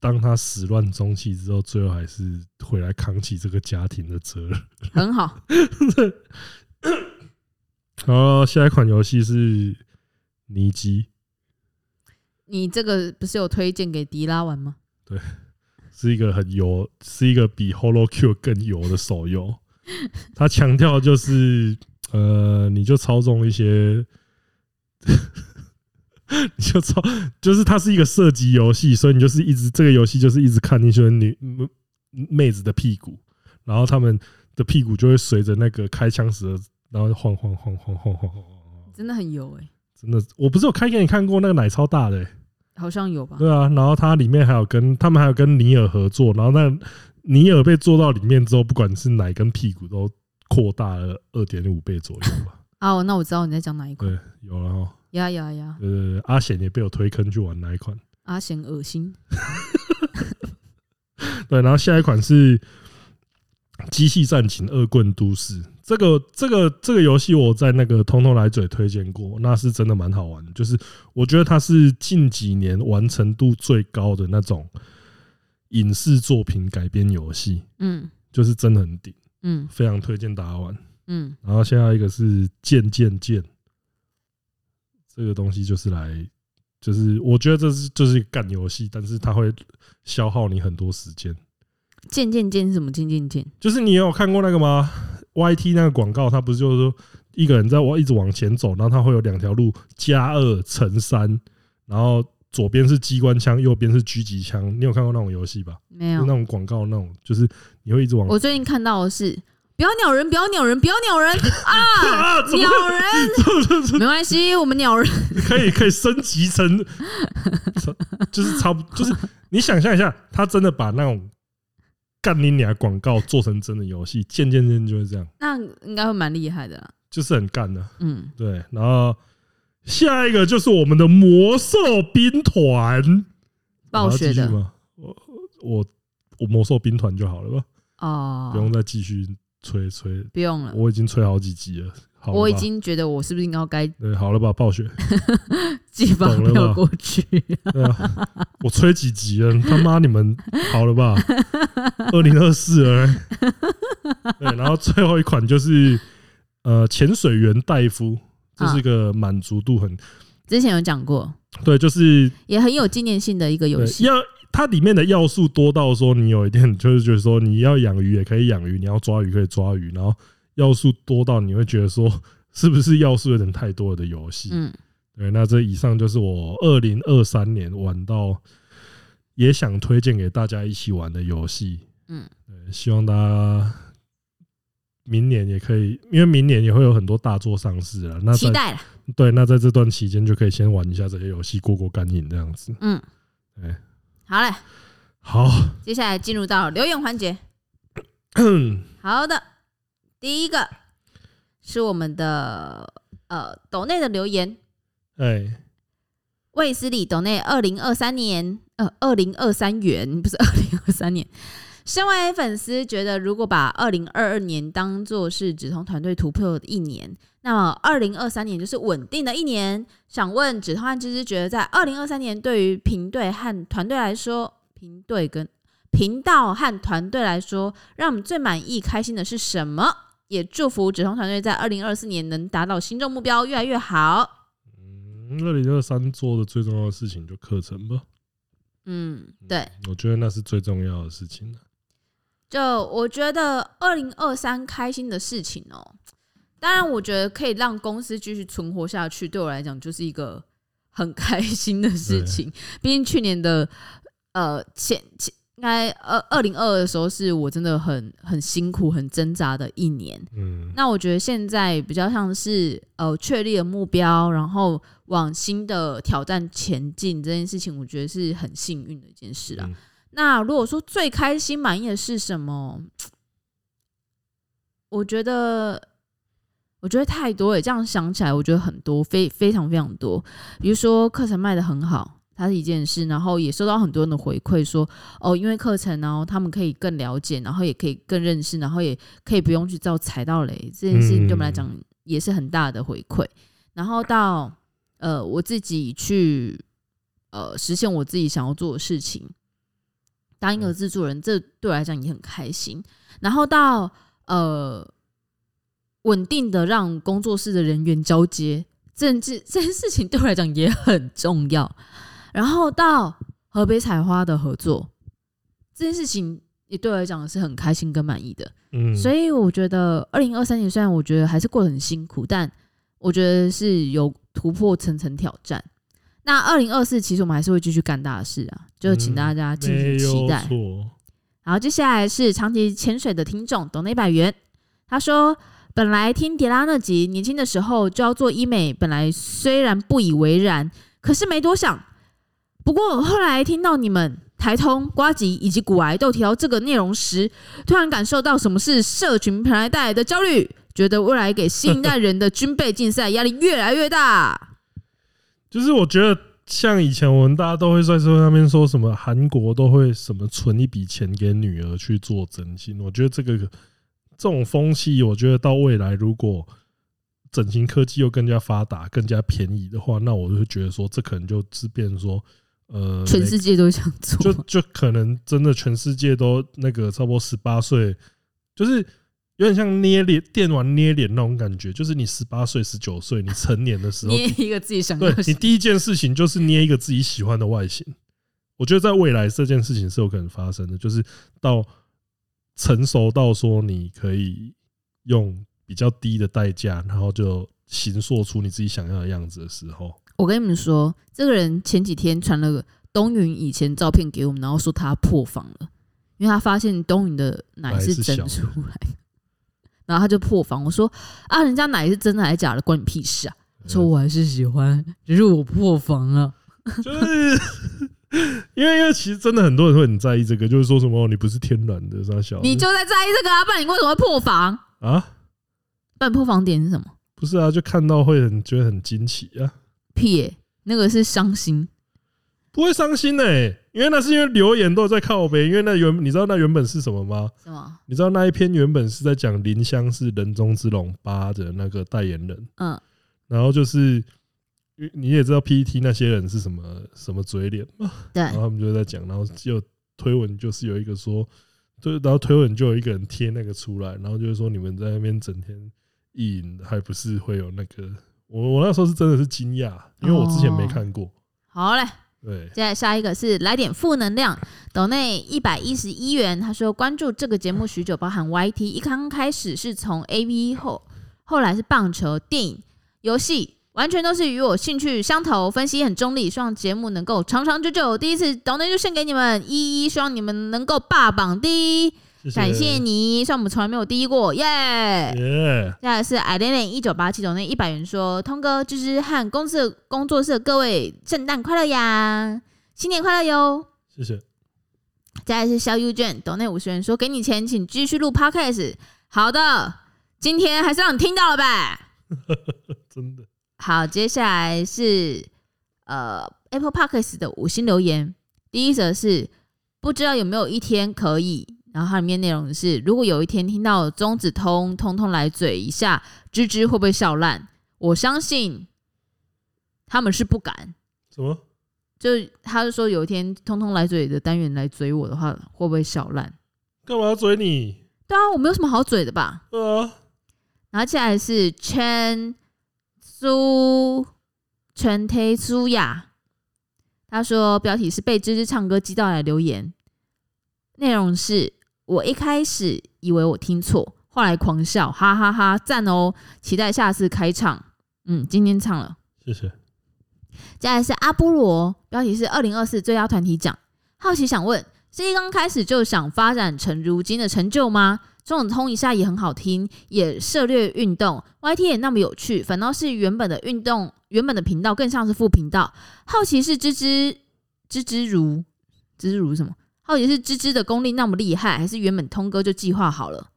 [SPEAKER 2] 当他始乱终弃之后，最后还是回来扛起这个家庭的责任。
[SPEAKER 3] 很好，
[SPEAKER 2] 然后下一款游戏是尼基，
[SPEAKER 3] 你这个不是有推荐给迪拉玩吗？
[SPEAKER 2] 是一个很油，是一个比 Holo Q 更油的手游。 它强调就是，呃，你就操纵一些， 你就操，就是它是一个射击游戏，所以你就是一直这个游戏就是一直看那些女妹子的屁股，然后她们的屁股就会随着那个开枪时的，然后晃晃晃晃晃晃晃晃。
[SPEAKER 3] 真的很油哎、
[SPEAKER 2] 真的，我不是有开给你看过那个奶超大的、欸
[SPEAKER 3] 好像有吧？
[SPEAKER 2] 对啊，然后它里面还有跟他们还有跟尼尔合作，然后那尼尔被做到里面之后，不管是哪根屁股都扩大了二点五倍左右吧。
[SPEAKER 3] 哦，那我知道你在讲哪一款。
[SPEAKER 2] 对，有哦然后
[SPEAKER 3] 呀呀呀！
[SPEAKER 2] 呃，阿贤也被我推坑去玩那一款。
[SPEAKER 3] 阿贤恶心。
[SPEAKER 2] 对，然后下一款是《机器战警：恶棍都市》。这个这个这个游戏我在那个通通来嘴推荐过，那是真的蛮好玩的。就是我觉得它是近几年完成度最高的那种影视作品改编游戏，
[SPEAKER 3] 嗯
[SPEAKER 2] 就是真的很顶。
[SPEAKER 3] 嗯
[SPEAKER 2] 非常推荐大家玩。
[SPEAKER 3] 嗯，
[SPEAKER 2] 然后现在一个是剑剑剑，这个东西就是来，就是我觉得这是就是一个干游戏，但是它会消耗你很多时间。
[SPEAKER 3] 剑剑剑是什么？剑剑剑？
[SPEAKER 2] 就是你有看过那个吗？YT 那个广告，它不是就是说一个人在往一直往前走，然后它会有两条路，加二乘三，然后左边是机关枪，右边是狙击枪。你有看过那种游戏吧？
[SPEAKER 3] 没
[SPEAKER 2] 就
[SPEAKER 3] 有
[SPEAKER 2] 那。种广告那种，就是你会一直往
[SPEAKER 3] 我最近看到的是不要鸟人，不要鸟人，不要鸟 人啊！
[SPEAKER 2] 啊，怎么
[SPEAKER 3] 鸟人 没关系，我们鸟人。
[SPEAKER 2] 可以可以升级成， 就是差不就是你想象一下，他真的把那种干你娘广告做成真的游戏，渐渐渐就是这样，
[SPEAKER 3] 那应该会蛮厉害的啦。
[SPEAKER 2] 就是很干的。
[SPEAKER 3] 嗯，
[SPEAKER 2] 对，然后下一个就是我们的魔兽兵团，
[SPEAKER 3] 暴
[SPEAKER 2] 我
[SPEAKER 3] 雪
[SPEAKER 2] 要继续
[SPEAKER 3] 的
[SPEAKER 2] 吗？我我我魔兽兵团就好了吧，
[SPEAKER 3] 哦，
[SPEAKER 2] 不用再继续吹吹，
[SPEAKER 3] 不用了。
[SPEAKER 2] 我已经吹好几集了，好了吧
[SPEAKER 3] 我已经觉得我是不是应该该
[SPEAKER 2] 对好了吧，暴雪
[SPEAKER 3] 寄发
[SPEAKER 2] 懂了吧
[SPEAKER 3] 票过去。
[SPEAKER 2] 对啊，我吹几集了？他妈你们好了 吧？二零二四了欸、对，然后最后一款就是呃，潜水员戴夫，这是个满足度很
[SPEAKER 3] 之前有讲过，
[SPEAKER 2] 对，就是
[SPEAKER 3] 也很有纪念性的一个游
[SPEAKER 2] 对
[SPEAKER 3] 戏。
[SPEAKER 2] 要它里面的要素多到说，你有一天就是觉得说，你要养鱼也可以养鱼，你要抓鱼可以抓鱼，然后要素多到你会觉得说，是不是要素有点太多了的游戏？
[SPEAKER 3] 嗯，
[SPEAKER 2] 对，那这以上就是我二零二三年玩到也想推荐给大家一起玩的游戏。
[SPEAKER 3] 嗯
[SPEAKER 2] 对，希望大家明年也可以，因为明年也会有很多大作上市了。那
[SPEAKER 3] 期
[SPEAKER 2] 在
[SPEAKER 3] 待了。
[SPEAKER 2] 对，那在这段期间就可以先玩一下这些游戏，过过干瘾这样子。
[SPEAKER 3] 嗯
[SPEAKER 2] 对，
[SPEAKER 3] 好嘞，
[SPEAKER 2] 好，
[SPEAKER 3] 接下来进入到留言环节。好的，第一个是我们的呃抖内的留言，
[SPEAKER 2] 哎，
[SPEAKER 3] 卫斯理斗内二零二三年，呃，二零二三元不是二零二三年。 身为粉丝，觉得如果把二零二二年当做是止痛团队突破的一年，那么二零二三年就是稳定的一年。想问止痛和芝芝，觉得在二零二三年对于平队和团队来说，平队跟频道和团队来说，让我们最满意、开心的是什么？也祝福止痛团队在二零二四年能达到心中目标，越来越好。
[SPEAKER 2] 嗯二零二三做的最重要的事情就课程吧，
[SPEAKER 3] 嗯，对。
[SPEAKER 2] 我觉得那是最重要的事情啊了。
[SPEAKER 3] 就我觉得二零二三开心的事情哦、当然我觉得可以让公司继续存活下去，对我来讲就是一个很开心的事情。毕竟去年的呃前前应该二二零二的时候，是我真的很很辛苦、很挣扎的一年。
[SPEAKER 2] 嗯，
[SPEAKER 3] 那我觉得现在比较像是呃确立了目标，然后往新的挑战前进这件事情，我觉得是很幸运的一件事啦。啊
[SPEAKER 2] 嗯
[SPEAKER 3] 那如果说最开心满意的是什么？我觉得，我觉得太多欸了。这样想起来，我觉得很多，非非常非常多。比如说课程卖的很好，它是一件事，然后也收到很多人的回馈说，哦，因为课程，然后他们可以更了解，然后也可以更认识，然后也可以不用去造踩到雷这件事情，对我们来讲也是很大的回馈。然后到呃，我自己去呃实现我自己想要做的事情，当一个制作人，这对我来讲也很开心。然后到呃稳定的让工作室的人员交接，政治这件事情 对我来讲也很重要。然后到河北采花的合作，这件事情也对我来讲是很开心跟满意的。
[SPEAKER 2] 嗯，
[SPEAKER 3] 所以我觉得二零二三年虽然我觉得还是过得很辛苦，但我觉得是有突破层层挑战。那二零二四其实我们还是会继续干大事啊，就请大家
[SPEAKER 2] 嗯
[SPEAKER 3] 敬
[SPEAKER 2] 没
[SPEAKER 3] 请期
[SPEAKER 2] 有
[SPEAKER 3] 待。
[SPEAKER 2] 错。
[SPEAKER 3] 然后接下来是长期潜水的听众董内百元，他说：“本来听迪拉那集，年轻的时候就要做医美，本来虽然不以为然，可是没多想。不过后来听到你们台通、瓜吉以及古癌都提到这个内容时，突然感受到什么是社群平台带来的焦虑，觉得未来给新一代人的军备竞赛压力越来越大。
[SPEAKER 2] 就是我觉得像以前我们大家都会在说上面说什么韩国都会什么存一笔钱给女儿去做整形，我觉得这个这种风气，我觉得到未来如果整形科技又更加发达、更加便宜的话，那我就会觉得说这可能就是变成说呃，
[SPEAKER 3] 全世界都想
[SPEAKER 2] 就
[SPEAKER 3] 做，
[SPEAKER 2] 就可能真的全世界都那个差不多十八岁，就是有点像捏脸电玩捏脸那种感觉，就是你十八岁、十九岁你成年的时候
[SPEAKER 3] 捏一个自己想要
[SPEAKER 2] 对
[SPEAKER 3] 的
[SPEAKER 2] 你第一件事情就是捏一个自己喜欢的外形。我觉得在未来这件事情是有可能发生的，就是到成熟到说你可以用比较低的代价，然后就形塑出你自己想要的样子的时候，
[SPEAKER 3] 我跟你们说，这个人前几天传了个东云以前照片给我们，然后说他破防了，因为他发现东云的奶是真出
[SPEAKER 2] 奶是
[SPEAKER 3] 来的，然后他就破防。我说啊，人家奶是真的还是假的，关你屁事啊！他说我还是喜欢，只是我破防了。
[SPEAKER 2] 就是因为因为其实真的很多人会很在意这个，就是说什么哦你不是天然的，啥小
[SPEAKER 3] 你就在在意这个啊，不然你为什么会破防？
[SPEAKER 2] 啊
[SPEAKER 3] 不然破防点是什么？
[SPEAKER 2] 不是啊，就看到会很觉得很惊奇啊。
[SPEAKER 3] 屁耶、那个是伤心。
[SPEAKER 2] 不会伤心呢、欸因为那是因为留言都有在靠背，因为那原你知道那原本是什么吗？
[SPEAKER 3] 什么？
[SPEAKER 2] 你知道那一篇原本是在讲林香是人中之龙八的那个代言人，
[SPEAKER 3] 嗯
[SPEAKER 2] 然后就是因为你也知道 PET 那些人是什么什么嘴脸嘛，
[SPEAKER 3] 对
[SPEAKER 2] 然后他们就在讲，然后就推文就是有一个说，对，然后推文就有一个人贴那个出来，然后就是说你们在那边整天意淫，还不是会有那个，我我那时候是真的是惊讶，因为我之前没看过，
[SPEAKER 3] 好嘞，
[SPEAKER 2] 对，
[SPEAKER 3] 接下来下一个是来点负能量，斗内一百一十一元。他说关注这个节目许久，包含 YT，一刚开始是从 A V 后，后来是棒球、电影、游戏，完全都是与我兴趣相投，分析很中立，希望节目能够长长久久。第一次斗内就献给你们，一一希望你们能够霸榜第一，
[SPEAKER 2] 谢
[SPEAKER 3] 感谢
[SPEAKER 2] 你，
[SPEAKER 3] 你，虽然我们从来没有第一过，耶、
[SPEAKER 2] 耶，
[SPEAKER 3] 接下来是 i l e n 一九八七总内一百元说：“通哥、芝芝和公司工作室的各位，圣诞快乐呀，新年快乐哟！”
[SPEAKER 2] 谢谢，
[SPEAKER 3] 接下来是肖优卷抖内五十元说：“给你钱，请继续录 podcast。”好的，今天还是让你听到了吧。
[SPEAKER 2] 真的，
[SPEAKER 3] 好，接下来是呃 Apple Podcast 的五星留言，第一则是不知道有没有一天可以，然后它里面内容是如果有一天听到中子通通通来嘴一下，芝芝会不会笑烂？我相信他们是不敢。
[SPEAKER 2] 什么？
[SPEAKER 3] 就他就说有一天通通来嘴的单元来嘴我的话，会不会笑烂？
[SPEAKER 2] 干嘛要追你？
[SPEAKER 3] 对啊，我没有什么好嘴的吧？
[SPEAKER 2] 对啊，
[SPEAKER 3] 然后接下来是圈苏全推苏雅，他说标题是被芝芝唱歌激到来留言，内容是我一开始以为我听错，后来狂笑，哈哈哈赞哦！期待下次开唱，嗯，今天唱了。
[SPEAKER 2] 谢谢，
[SPEAKER 3] 接下来是阿波罗，标题是二零二四最佳团体奖。好奇想问，是一刚开始就想发展成如今的成就吗？中种通一下也很好听，也涉略运动，YT 也那么有趣，反倒是原本的运动原本的频道更像是副频道。好奇是芝芝芝芝如芝芝如什么？好奇是芝芝的功力那么厉害，还是原本通哥就计划好了？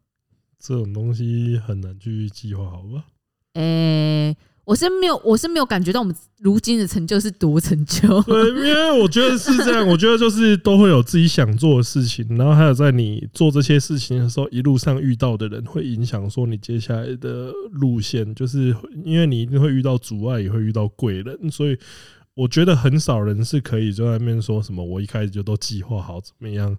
[SPEAKER 2] 这种东西很难去计划，好吧？
[SPEAKER 3] 诶、我是没有，我是没有感觉到我们如今的成就是多成就。
[SPEAKER 2] 对，因为我觉得是这样，我觉得就是都会有自己想做的事情，然后还有在你做这些事情的时候，一路上遇到的人会影响说你接下来的路线，就是因为你一定会遇到阻碍，也会遇到贵人，所以我觉得很少人是可以就在那边说什么我一开始就都计划好怎么样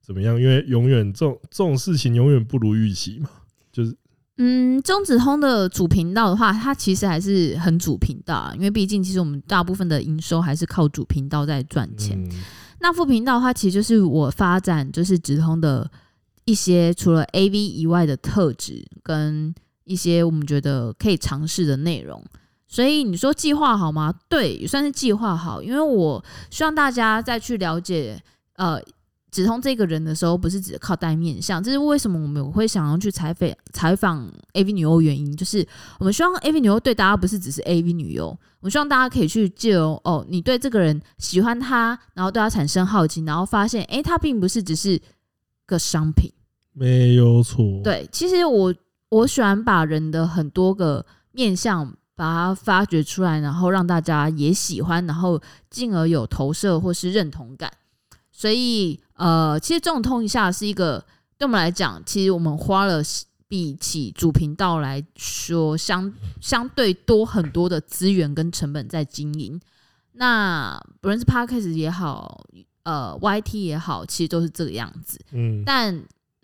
[SPEAKER 2] 怎么样，因为永远这种这种事情永远不如预期嘛，就是
[SPEAKER 3] 嗯，中子通的主频道的话，它其实还是很主频道啊，因为毕竟其实我们大部分的营收还是靠主频道在赚钱。
[SPEAKER 2] 嗯，
[SPEAKER 3] 那副频道的话，其实就是我发展就是直通的一些除了 A V 以外的特质，跟一些我们觉得可以尝试的内容。所以你说计划好吗？对，也算是计划好，因为我希望大家再去了解呃直通这个人的时候，不是只靠单面相，这是为什么我们会想要去采访采访 A V 女优的原因，就是我们希望 A V 女优对大家不是只是 A V 女优，我希望大家可以去借由哦，你对这个人喜欢他，然后对他产生好奇，然后发现诶，他并不是只是个商品。
[SPEAKER 2] 没有错，，
[SPEAKER 3] 对，其实我我喜欢把人的很多个面相把它发掘出来，然后让大家也喜欢，然后进而有投射或是认同感。所以呃，其实这种通一下是一个对我们来讲，其实我们花了比起主频道来说相相对多很多的资源跟成本在经营。那不论是 podcast 也好，呃，YT 也好，其实都是这个样子。
[SPEAKER 2] 嗯，
[SPEAKER 3] 但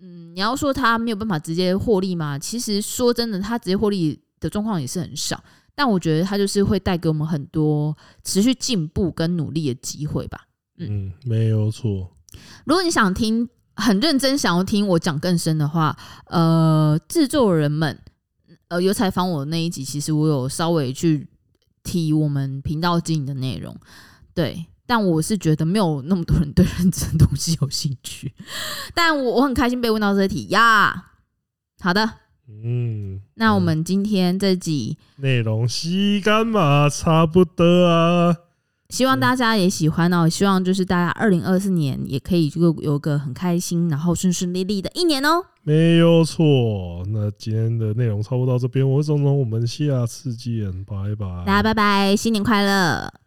[SPEAKER 3] 嗯，你要说他没有办法直接获利吗？其实说真的，他直接获利的状况也是很少。但我觉得他就是会带给我们很多持续进步跟努力的机会吧。
[SPEAKER 2] 嗯，没有错。
[SPEAKER 3] 如果你想听很认真想要听我讲更深的话，呃，制作人们呃有采访我那一集，其实我有稍微去提我们频道经营的内容，对。但我是觉得没有那么多人对认真的东西有兴趣，但我我很开心被问到这题呀。好的，
[SPEAKER 2] 嗯，
[SPEAKER 3] 那我
[SPEAKER 2] 嗯
[SPEAKER 3] 们今天这集
[SPEAKER 2] 内容吸干嘛差不多啊。
[SPEAKER 3] 希望大家也喜欢哦，希望就是大家二零二四年也可以就有个很开心，然后顺顺利利的一年哦。
[SPEAKER 2] 没有错，那今天的内容差不多到这边，我是钟钟，我们下次见，拜拜，
[SPEAKER 3] 大家拜拜，新年快乐！